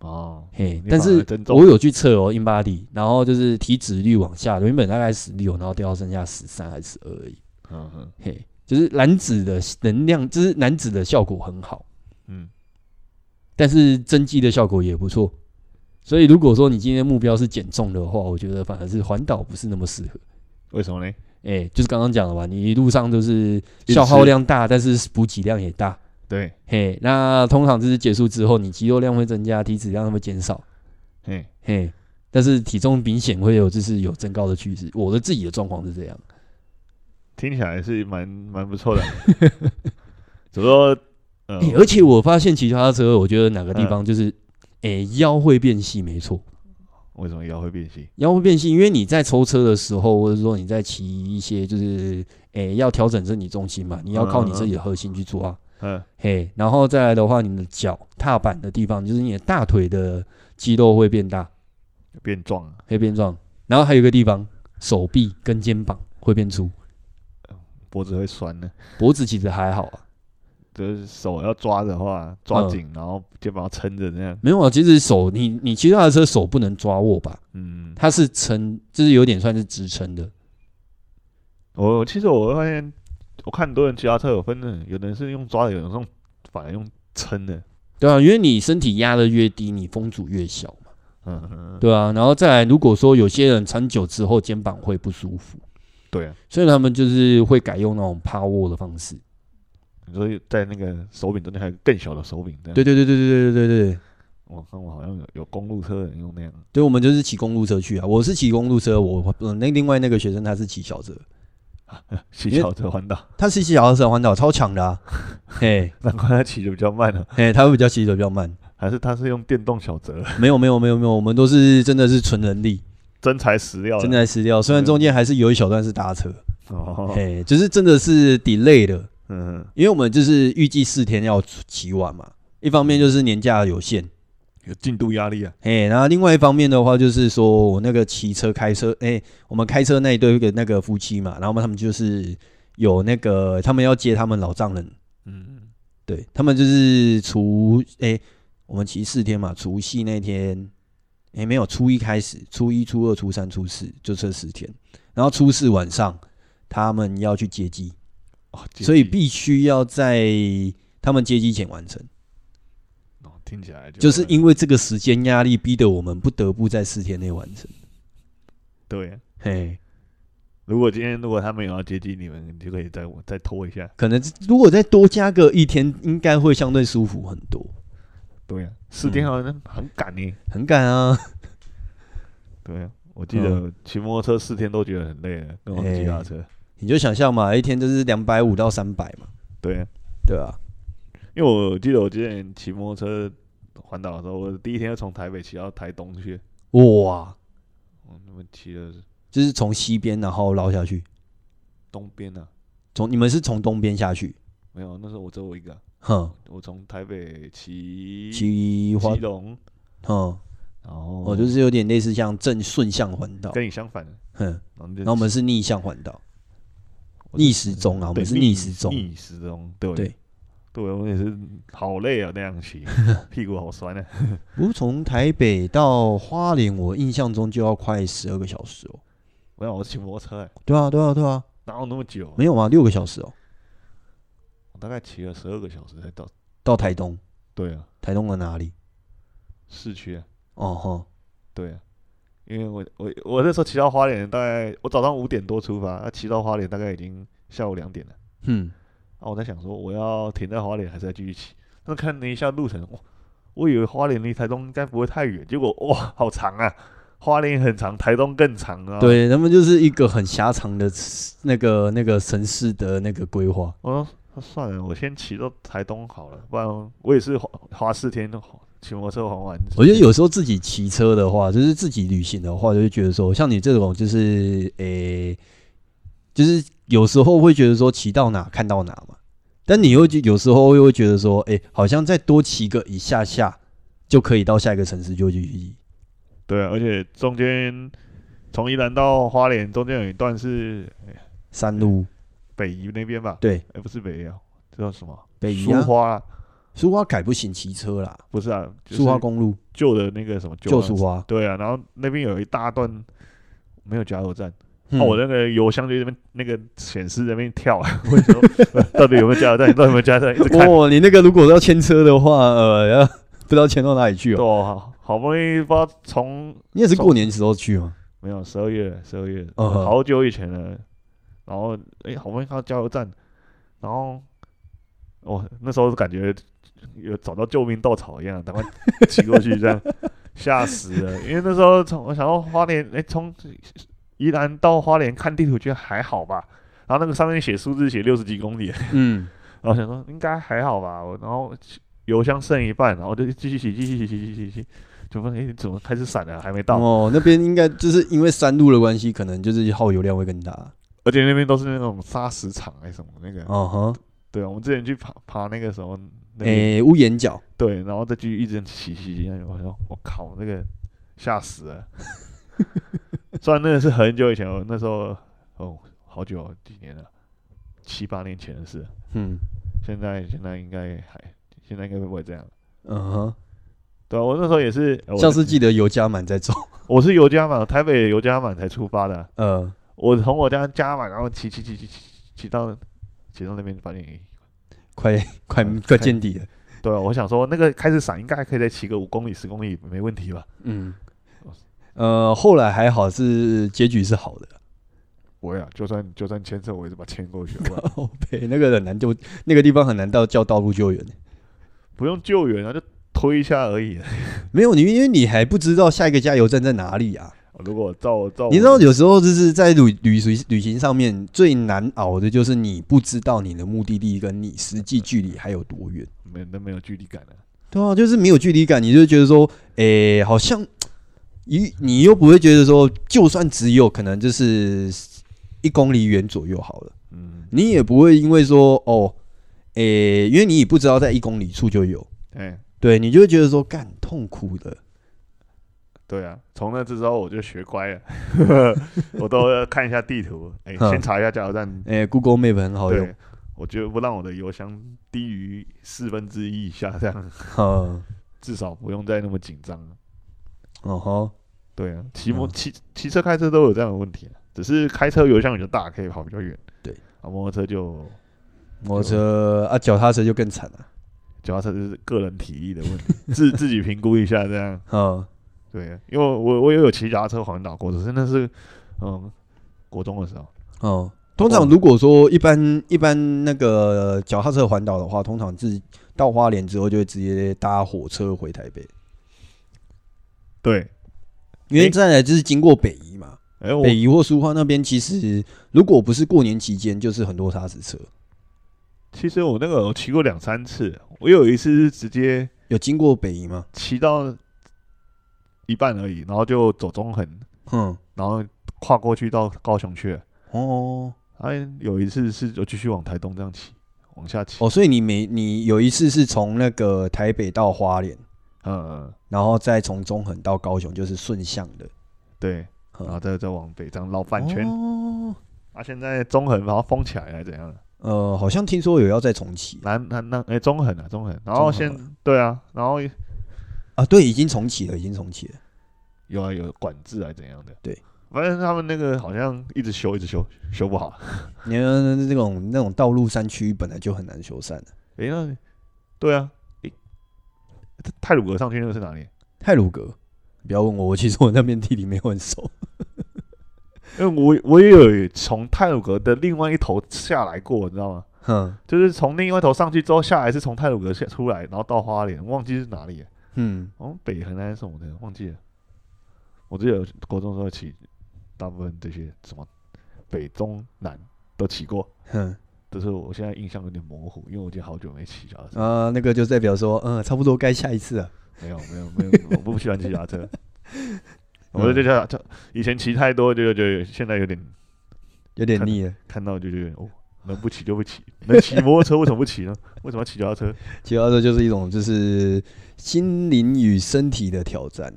Speaker 2: 哦，
Speaker 1: 嘿
Speaker 2: 你，
Speaker 1: 但
Speaker 2: 反而
Speaker 1: 是
Speaker 2: 增重
Speaker 1: 我有去测哦，InBody，然后就是体脂率往下，原本大概十六，然后掉到剩下十三还是十二而已。
Speaker 2: 嗯嗯
Speaker 1: 嘿，就是男子的能量，就是男子的效果很好，
Speaker 2: 嗯，
Speaker 1: 但是增肌的效果也不错。所以如果说你今天目标是减重的话，我觉得反而是环岛不是那么适合。
Speaker 2: 为什么呢？
Speaker 1: 哎、就是刚刚讲的嘛，你一路上就是
Speaker 2: 饮
Speaker 1: 消耗
Speaker 2: 食
Speaker 1: 量大，但是补给量也大。
Speaker 2: 对，
Speaker 1: 嘿，那通常就是结束之后，你肌肉量会增加，体脂量会减少。
Speaker 2: 嘿，
Speaker 1: 嘿，但是体重明显会有就是有增高的趋势。我的自己的状况是这样，
Speaker 2: 听起来是蛮蛮不错 的，只不过呃，
Speaker 1: 欸而且我发现骑脚踏车，我觉得哪个地方
Speaker 2: 嗯
Speaker 1: 就是，诶、腰会变细，没错，
Speaker 2: 为什么腰会变细？
Speaker 1: 腰会变细，因为你在抽车的时候，或者说你在骑一些就是，诶、要调整身体重心嘛，你要靠你自己的核心去做啊。
Speaker 2: 嗯，
Speaker 1: 嘿，然后再来的话，你的脚踏板的地方，就是你的大腿的肌肉会变大，
Speaker 2: 变壮啊，
Speaker 1: 会变壮。然后还有一个地方，手臂跟肩膀会变粗，
Speaker 2: 脖子会酸呢。
Speaker 1: 脖子其实还好啊。
Speaker 2: 就是手要抓的话，抓
Speaker 1: 嗯
Speaker 2: 紧，然后肩膀要撑着那样。
Speaker 1: 没有啊，其实手你你骑脚踏车手不能抓握吧，
Speaker 2: 嗯，
Speaker 1: 它是撑，就是有点算是支撑的。
Speaker 2: 我其实我会发现，我看很多人骑脚踏车有分的，有的人是用抓的，有人是用反而用撑的。
Speaker 1: 对啊，因为你身体压的越低，你风阻越小嘛。
Speaker 2: 嗯嗯，
Speaker 1: 对啊，然后再来，如果说有些人长久之后肩膀会不舒服，
Speaker 2: 对啊，
Speaker 1: 所以他们就是会改用那种趴握的方式。
Speaker 2: 你说在那个手柄中间还有更小的手柄这样。
Speaker 1: 对，对对对对对对对，
Speaker 2: 我看我好像有有公路车的人用那样。
Speaker 1: 对我们就是骑公路车去啊。我是骑公路车，我我那另外那个学生他是骑小车，
Speaker 2: 骑
Speaker 1: 因为
Speaker 2: 小车环岛，
Speaker 1: 他是骑小车环岛超强的 啊。嘿
Speaker 2: 难怪他骑的比较慢呢、
Speaker 1: 嘿，他会比较骑的比较慢。
Speaker 2: 还是他是用电动小折，
Speaker 1: 没有没有没有没有，我们都是真的是纯人力。
Speaker 2: 真材实料的。
Speaker 1: 真材实料，虽然中间还是有一小段是搭车，
Speaker 2: 哦，
Speaker 1: 嘿，就是真的是 delay 的，
Speaker 2: 嗯，嗯
Speaker 1: 因为我们就是预计四天要骑完嘛。一方面就是年假有限，
Speaker 2: 有进度压力啊。
Speaker 1: 嘿，然后另外一方面的话就是说我那个骑车开车，哎、我们开车那一对的那个夫妻嘛，然后他们就是有那个他们要接他们老丈人，
Speaker 2: 嗯，
Speaker 1: 对他们就是除哎、我们骑四天嘛，除夕那天，哎、没有，初一开始，初一、初二、初三、初四就这四天，然后初四晚上他们要去接机，
Speaker 2: 哦，接
Speaker 1: 所以
Speaker 2: 近
Speaker 1: 必须要在他们接机前完成，
Speaker 2: 哦听起来就
Speaker 1: 就是
Speaker 2: 很
Speaker 1: 因为这个时间压力逼得我们不得不在四天内完成。
Speaker 2: 对啊、
Speaker 1: 嘿，
Speaker 2: 如果今天如果他们有要接近你们，你就可以再再拖一下。
Speaker 1: 可能如果再多加个一天，应该会相对舒服很多。
Speaker 2: 对呀、四天好像很赶呢、
Speaker 1: 很赶啊，
Speaker 2: 对呀、啊我记得骑摩托车四天都觉得很累了，跟我骑脚踏车。
Speaker 1: 你就想象嘛，一天就是两百五到三百嘛，
Speaker 2: 对、啊，
Speaker 1: 对啊，
Speaker 2: 因为我记得我之前骑摩托车环岛的时候，我第一天就从台北骑到台东去，
Speaker 1: 哇，
Speaker 2: 我他妈骑了
Speaker 1: 就是从西边然后捞下去，
Speaker 2: 东边啊，
Speaker 1: 从你们是从东边下去，
Speaker 2: 没有，那时候我只有我一个啊，
Speaker 1: 哼，
Speaker 2: 我从台北骑
Speaker 1: 骑花
Speaker 2: 基，隆，
Speaker 1: 哼，
Speaker 2: 然后
Speaker 1: 我就是有点类似像正顺向环岛，
Speaker 2: 跟你相反的，
Speaker 1: 哼，
Speaker 2: 然后就
Speaker 1: 然后我们是逆向环岛，
Speaker 2: 我是
Speaker 1: 逆时钟啊，我
Speaker 2: 对
Speaker 1: 们是逆时钟，
Speaker 2: 逆时钟，对
Speaker 1: 对，
Speaker 2: 对我也是好累啊，那样骑， 屁股好酸啊。
Speaker 1: 不过从台北到花莲，我印象中就要快十二个小时哦，
Speaker 2: 没有，我骑摩托车、欸，
Speaker 1: 对啊，对啊，对啊，
Speaker 2: 哪有那么久？
Speaker 1: 没有啊，六个小时哦，
Speaker 2: 我大概骑了十二个小时才到。
Speaker 1: 到台东，
Speaker 2: 对啊，
Speaker 1: 台东的哪里？
Speaker 2: 市区啊，
Speaker 1: 哦吼，
Speaker 2: 对啊，因为我我我那时候骑到花莲，大概我早上五点多出发，那啊骑到花莲大概已经下午两点了。
Speaker 1: 嗯，
Speaker 2: 啊，我在想说我要停在花莲还是要继续骑？那看了一下路程，哇，我以为花莲离台东应该不会太远，结果哇，好长啊！花莲很长，台东更长啊。，
Speaker 1: 对，他们就是一个很狭长的那个那个城市的那个规划。
Speaker 2: 我说那算了，我先骑到台东好了，不然我也是花花四天骑摩托车环完。
Speaker 1: 我觉得有时候自己骑车的话，就是自己旅行的话，就会觉得说，像你这种就是诶、就是有时候会觉得说骑到哪看到哪嘛，但你又觉有时候又会觉得说，诶、好像再多骑个一下下就可以到下一个城市就去骑。
Speaker 2: 对啊，而且中间从宜兰到花莲中间有一段是
Speaker 1: 山路，
Speaker 2: 北宜那边吧？
Speaker 1: 对，
Speaker 2: 哎、不是北宜啊，这叫什么？
Speaker 1: 北宜
Speaker 2: 苏
Speaker 1: 啊，
Speaker 2: 花啊
Speaker 1: 苏花改不行骑车啦，
Speaker 2: 不是啊，就是
Speaker 1: 苏花公路
Speaker 2: 旧的那个什么
Speaker 1: 旧
Speaker 2: 啊
Speaker 1: 苏花。
Speaker 2: 对啊，然后那边有一大段没有加油站，
Speaker 1: 嗯
Speaker 2: 哦，我那个油箱就在那边那个显示在那边 跳 啊，我说呃到底有没有加油站？到底有没有加油站？一直看，
Speaker 1: 哦，你那个如果要牵车的话，呃，要 不知道牵到哪里去哦。
Speaker 2: 哦，好好不容易不知道从
Speaker 1: 你也是过年时候去哦吗？
Speaker 2: 没有十二月十二月、
Speaker 1: 嗯哼
Speaker 2: 好久以前了，然后哎、好不容易看到加油站，然后哦那时候感觉有找到救命稻草一 样，赶快骑过去这样，吓死了，因为那时候从我想到花莲，哎、从宜兰到花莲看地图觉得还好吧。然后那个上面写数字写六十几公里，
Speaker 1: 嗯，
Speaker 2: 然后想说应该还好吧，我然后油箱剩一半，然后就继续骑，继续骑，继续骑，继续骑，怎么哎怎么开始闪了，还没到，
Speaker 1: 哦，那边应该就是因为山路的关系，可能就是耗油量会更大。
Speaker 2: 而且那边都是那种砂石场还是什么那个，
Speaker 1: 嗯哼，
Speaker 2: 对啊，我们之前去爬爬那个什么，那个、
Speaker 1: 诶，屋檐角，
Speaker 2: 对，然后再去一直骑骑骑，那我说我靠，那个吓死了。虽然那个是很久以前，我那时候哦，好久哦几年了，七八年前的事了，
Speaker 1: 嗯
Speaker 2: 现在现在应该还现在应该不会这样了。
Speaker 1: 嗯哼，
Speaker 2: 对啊、我那时候也是，呃我
Speaker 1: 下次记得油加满再走。
Speaker 2: 我是油加满，台北油加满才出发的啊、
Speaker 1: 呃，
Speaker 2: 我从我家加满，然后骑骑骑骑骑骑到骑到那边发现，
Speaker 1: 快快
Speaker 2: 嗯
Speaker 1: 快见底了。
Speaker 2: 对啊，我想说那个开始闪应该还可以再骑个五公里、十公里没问题吧？
Speaker 1: 嗯，呃，后来还好是结局是好的。
Speaker 2: 不会啊，就算就算牵车，我也是把它牵过去，好不 好
Speaker 1: 哦， 对，那个很难就那个地方很难到叫道路救援。
Speaker 2: 不用救援啊，就推一下而已。啊
Speaker 1: 没有你，因为你还不知道下一个加油站在哪里啊。
Speaker 2: 如果照照我，
Speaker 1: 你知道，有时候就是在旅旅行旅行上面最难熬的就是你不知道你的目的地跟你实际距离还有多远。
Speaker 2: 没都没有距离感啊。
Speaker 1: 对啊，就是没有距离感，你就觉得说，诶、好像你你又不会觉得说，就算只有可能就是一公里远左右好了，
Speaker 2: 嗯，
Speaker 1: 你也不会因为说哦，诶、因为你也不知道在一公里处就有，
Speaker 2: 哎、
Speaker 1: 对你就会觉得说，干痛苦的，
Speaker 2: 对啊，从那之后我就学乖了， 我都要看一下地图，哎、
Speaker 1: 嗯
Speaker 2: 先查一下加油站。
Speaker 1: 诶、g o o g l e Map 很好用
Speaker 2: 对，，我绝不让我的油箱低于四分之一以下，这样
Speaker 1: 嗯，
Speaker 2: 至少不用再那么紧张了。
Speaker 1: 哦吼，
Speaker 2: 对啊，骑摩
Speaker 1: 嗯
Speaker 2: 骑骑车、开车都有这样的问题、啊，只是开车油箱比较大，可以跑比较远。
Speaker 1: 对，
Speaker 2: 啊，摩托车就
Speaker 1: 摩托车啊，脚踏车就更惨了，
Speaker 2: 脚踏车就是个人体力的问题， 自自己评估一下这样。
Speaker 1: 嗯，
Speaker 2: 对啊，因为我我也有骑脚踏车环岛过，只是那是嗯国中的时候。
Speaker 1: 哦，通常如果说一般一般那个脚踏车环岛的话，通常是到花莲之后就会直接搭火车回台北，
Speaker 2: 对，
Speaker 1: 因为
Speaker 2: 诶
Speaker 1: 再来就是经过北宜嘛，
Speaker 2: 哎、我
Speaker 1: 北宜或苏花那边其实如果不是过年期间，就是很多砂石车，
Speaker 2: 其实我那个我骑过两三次，我有一次是直接
Speaker 1: 有经过北宜吗？
Speaker 2: 骑到一半而已，然后就走中横，
Speaker 1: 嗯，
Speaker 2: 然后跨过去到高雄去了。
Speaker 1: 哦
Speaker 2: 哎，有一次是就继续往台东这样骑，往下骑。
Speaker 1: 哦，所以你每你有一次是从那个台北到花莲，
Speaker 2: 嗯，
Speaker 1: 然后再从中横到高雄，就是顺向的，
Speaker 2: 对，
Speaker 1: 嗯
Speaker 2: 然后再再往北这样绕半圈。
Speaker 1: 哦
Speaker 2: 啊，现在中横然后封起来还是怎样了？
Speaker 1: 呃，好像听说有要再重启
Speaker 2: 南南南，哎、中横啊，中横。然
Speaker 1: 中
Speaker 2: 后
Speaker 1: 横
Speaker 2: 现
Speaker 1: 了
Speaker 2: 对啊，然后
Speaker 1: 啊，对，已经重启了，已经重启了。
Speaker 2: 有啊有管制啊怎样的？
Speaker 1: 对，
Speaker 2: 反正他们那个好像一直修一直修，修不好。
Speaker 1: 你看那种那种道路山区本来就很难修缮的，
Speaker 2: 哎、那对啊，哎、泰鲁阁上去那个是哪里？
Speaker 1: 泰鲁阁，不要问我，我其实我那边地理没有很熟。
Speaker 2: 因为我我也有从泰鲁格的另外一头下来过，你知道吗？
Speaker 1: 哼，
Speaker 2: 就是从另外一头上去之后下来是从泰鲁格下出来，然后到花莲，忘记是哪里了，
Speaker 1: 嗯，
Speaker 2: 好像北横还是什么的，忘记了。我记得国中的时候骑，大部分这些什么北中南都骑过，
Speaker 1: 哼，
Speaker 2: 但是我现在印象有点模糊，因为我已经好久没骑脚踏车，
Speaker 1: 啊，那个就代表说，嗯，差不多该下一次了。
Speaker 2: 没有没有没有，我不喜欢骑脚踏车。我就觉得，就以前骑太多，就觉得现在有点
Speaker 1: 有点腻了，
Speaker 2: 看到就觉得哦，能不骑就不骑，能骑摩托车为什么不骑呢？为什么要骑脚踏车？
Speaker 1: 骑脚踏车就是一种就是心灵与身体的挑战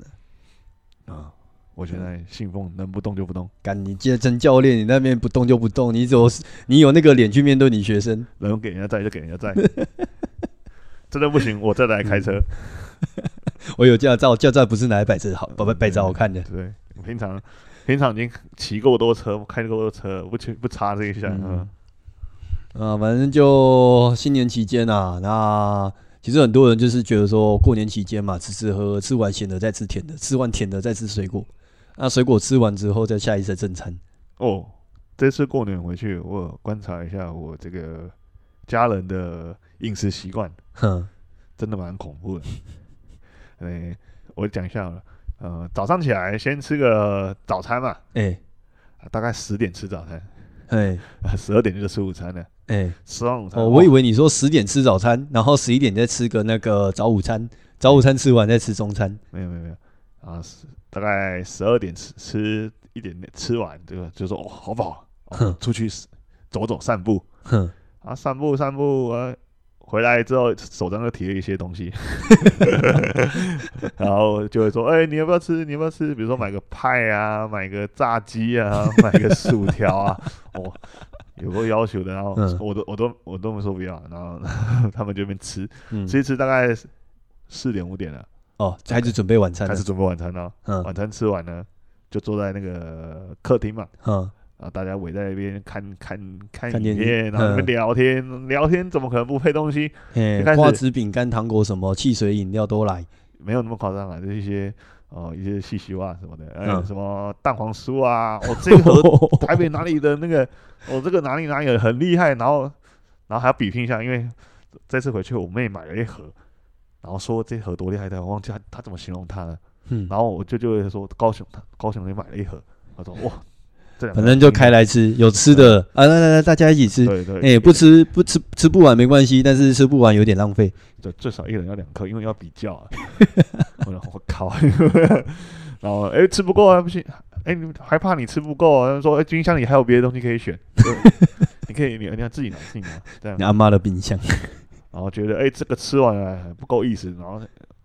Speaker 1: 啊
Speaker 2: 啊，我现在信奉能不动就不动，
Speaker 1: 干，你健身教练，你那边不动就不动，你只有你有那个脸去面对你学生，
Speaker 2: 能给人家载就给人家载，真的不行我再来开车。
Speaker 1: 我有驾照，驾照不是拿来摆着好，不不摆着好看的。
Speaker 2: 对，我平常平常已经骑够多车，开够多车，不去不差这一项。
Speaker 1: 嗯
Speaker 2: 嗯，
Speaker 1: 啊、反正就新年期间啊，那其实很多人就是觉得说，过年期间嘛，吃吃喝喝，吃完咸的再吃甜的，吃完甜的再吃水果，那水果吃完之后再下一次正餐。
Speaker 2: 哦，这次过年回去，我有观察一下我这个家人的饮食习惯。
Speaker 1: 哼，
Speaker 2: 真的蛮恐怖的。嗯，我讲一下好了，呃，早上起来先吃个早餐嘛，
Speaker 1: 哎、
Speaker 2: 啊大概十点吃早餐，
Speaker 1: 哎
Speaker 2: 十二点就吃午餐了。
Speaker 1: 哎，
Speaker 2: 吃完午餐，
Speaker 1: 哦，我以为你说十点吃早餐，然后十一点再吃个那个早午餐，早午餐吃完再吃中餐。
Speaker 2: 没有没有没有啊，是大概十二点吃吃一点点吃完，这个就说哦好饱，哦
Speaker 1: 哼、
Speaker 2: 出去 s- 走走散步
Speaker 1: 哼，
Speaker 2: 啊，散步散步啊，回来之后手上就提了一些东 西，然后就会说，哎、你要不要吃？你要不要吃？比如说买个派啊，买个炸鸡啊， 买个薯条啊，哦。有个要求的，然后
Speaker 1: 嗯
Speaker 2: 我都我都我都没说不要，然后 他们就在那边吃，
Speaker 1: 嗯，
Speaker 2: 吃一吃大概四点五点了，
Speaker 1: 哦，开始准备晚餐
Speaker 2: 开
Speaker 1: 了
Speaker 2: 始。准备晚餐了。
Speaker 1: 嗯
Speaker 2: 晚餐吃完呢，就坐在那个客厅嘛，
Speaker 1: 哼，
Speaker 2: 然后大家围在那边看看看
Speaker 1: 看电
Speaker 2: 影
Speaker 1: 视
Speaker 2: 片，然后那
Speaker 1: 嗯
Speaker 2: 边聊天，聊天怎么可能不配东西？
Speaker 1: 嘿
Speaker 2: 就开，始
Speaker 1: 瓜子、饼干、糖果什么汽水、饮料都来。
Speaker 2: 没有那么夸张啊，就是一些哦一些细细袜什么的，哎、
Speaker 1: 嗯
Speaker 2: 什么蛋黄酥啊，哦 这个台北哪里的那个，哦这个哪里哪里很厉害，然后然后还要比拼一下，因为这次回去我妹买了一盒。然后说这盒多厉害的，我忘记她她怎么形容它了。
Speaker 1: 嗯，
Speaker 2: 然后我舅舅就说高雄，高雄也买了一盒。他说哇，这两个
Speaker 1: 反正就
Speaker 2: 很厉害
Speaker 1: 开来吃，有吃的啊，来来来，大家一起吃。
Speaker 2: 对对，
Speaker 1: 哎，不吃不吃吃不完没关系，但是吃不完有点浪费。
Speaker 2: 就最少一人要两颗，因为要比较、 啊。我说我靠， 然后哎、吃不够啊，不行，哎、你还怕你吃不够啊？他说、哎冰箱里还有别的东西可以选， 就你可以你你要自己拿自己拿这样
Speaker 1: 你，阿妈的冰箱，
Speaker 2: 然后觉得哎、这个吃完了哎还不够意思，然后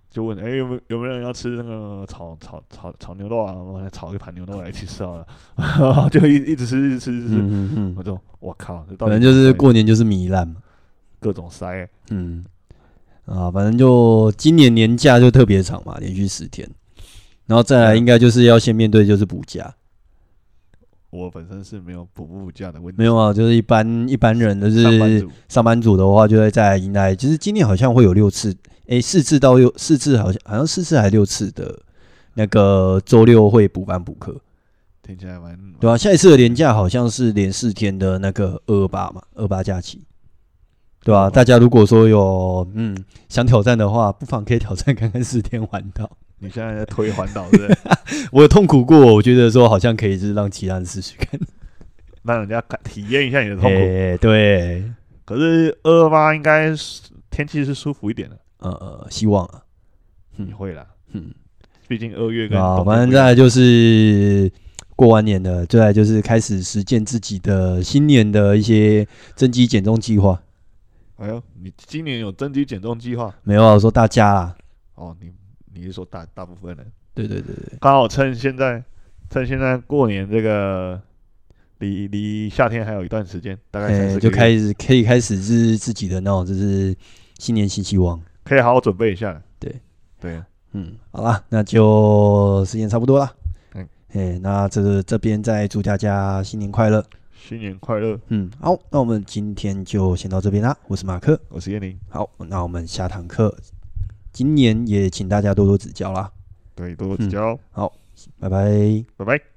Speaker 2: 就问哎、有没有有没有人要吃那个炒炒炒炒牛肉啊？我来炒一盘牛肉来一起吃好了， 然后就一一直吃一直吃一直吃，
Speaker 1: 嗯嗯嗯，
Speaker 2: 我就我靠，这 到
Speaker 1: 反
Speaker 2: 底
Speaker 1: 正就是
Speaker 2: 怎么塞
Speaker 1: 过年就是糜烂嘛。
Speaker 2: 各种塞、欸
Speaker 1: 嗯，啊，反正就今年年假就特别长嘛，连续十天，然后再来应该就是要先面对就是补假，
Speaker 2: 我本身是没有补不补价的问题，
Speaker 1: 没有啊，就是一般一般人都是
Speaker 2: 上班族。
Speaker 1: 上班族的话，就会在迎来，其实今年好像会有六次，诶，四次到六四次，好像好像四次还六次的那个周六会补班补课，
Speaker 2: 听起来蛮
Speaker 1: 对吧、啊下一次的年假好像是连四天的那个二二八嘛，二八假期，对吧、
Speaker 2: 哦
Speaker 1: 大家如果说有嗯想挑战的话，不妨可以挑战看看四天环岛。
Speaker 2: 你现在在推环岛，对不对？
Speaker 1: 我有痛苦过，我觉得说好像可以，就是让其他人试试看。
Speaker 2: 让人家感体验一下你 的痛苦。
Speaker 1: 诶对，
Speaker 2: 可是二二八应该是天气是舒服一点的，
Speaker 1: 呃呃，希望啊，
Speaker 2: 你会啦。
Speaker 1: 嗯。
Speaker 2: 毕竟二月跟
Speaker 1: 啊，
Speaker 2: 冬天
Speaker 1: 反正
Speaker 2: 不一样
Speaker 1: 再来就是过完年了，再来就是开始实践自己的新年的一些增肌减重计划。
Speaker 2: 哎呦，你今年有增肌减重计划
Speaker 1: 没有啊，我说大家啦，
Speaker 2: 哦？你你是说大大部分人
Speaker 1: 对对对对，
Speaker 2: 刚好趁现在趁现在过年这个离离夏天还有一段时间，大概三
Speaker 1: 哎、
Speaker 2: 四个
Speaker 1: 就
Speaker 2: 月
Speaker 1: 开始可以开始是自己的那种就是新年新希望。
Speaker 2: 可以好好准备一下了。
Speaker 1: 对
Speaker 2: 对啊，
Speaker 1: 嗯，好啦，那就时间差不多啦。嗯
Speaker 2: 嗯，
Speaker 1: 哎、那这这边再祝大家新年快乐。
Speaker 2: 新年快乐！
Speaker 1: 嗯，好，那我们今天就先到这边啦。我是马克，
Speaker 2: 我是燕玲，
Speaker 1: 好，那我们下堂课，今年也请大家多多指教啦。对，多多
Speaker 2: 嗯
Speaker 1: 指教，
Speaker 2: 拜拜。
Speaker 1: 拜拜。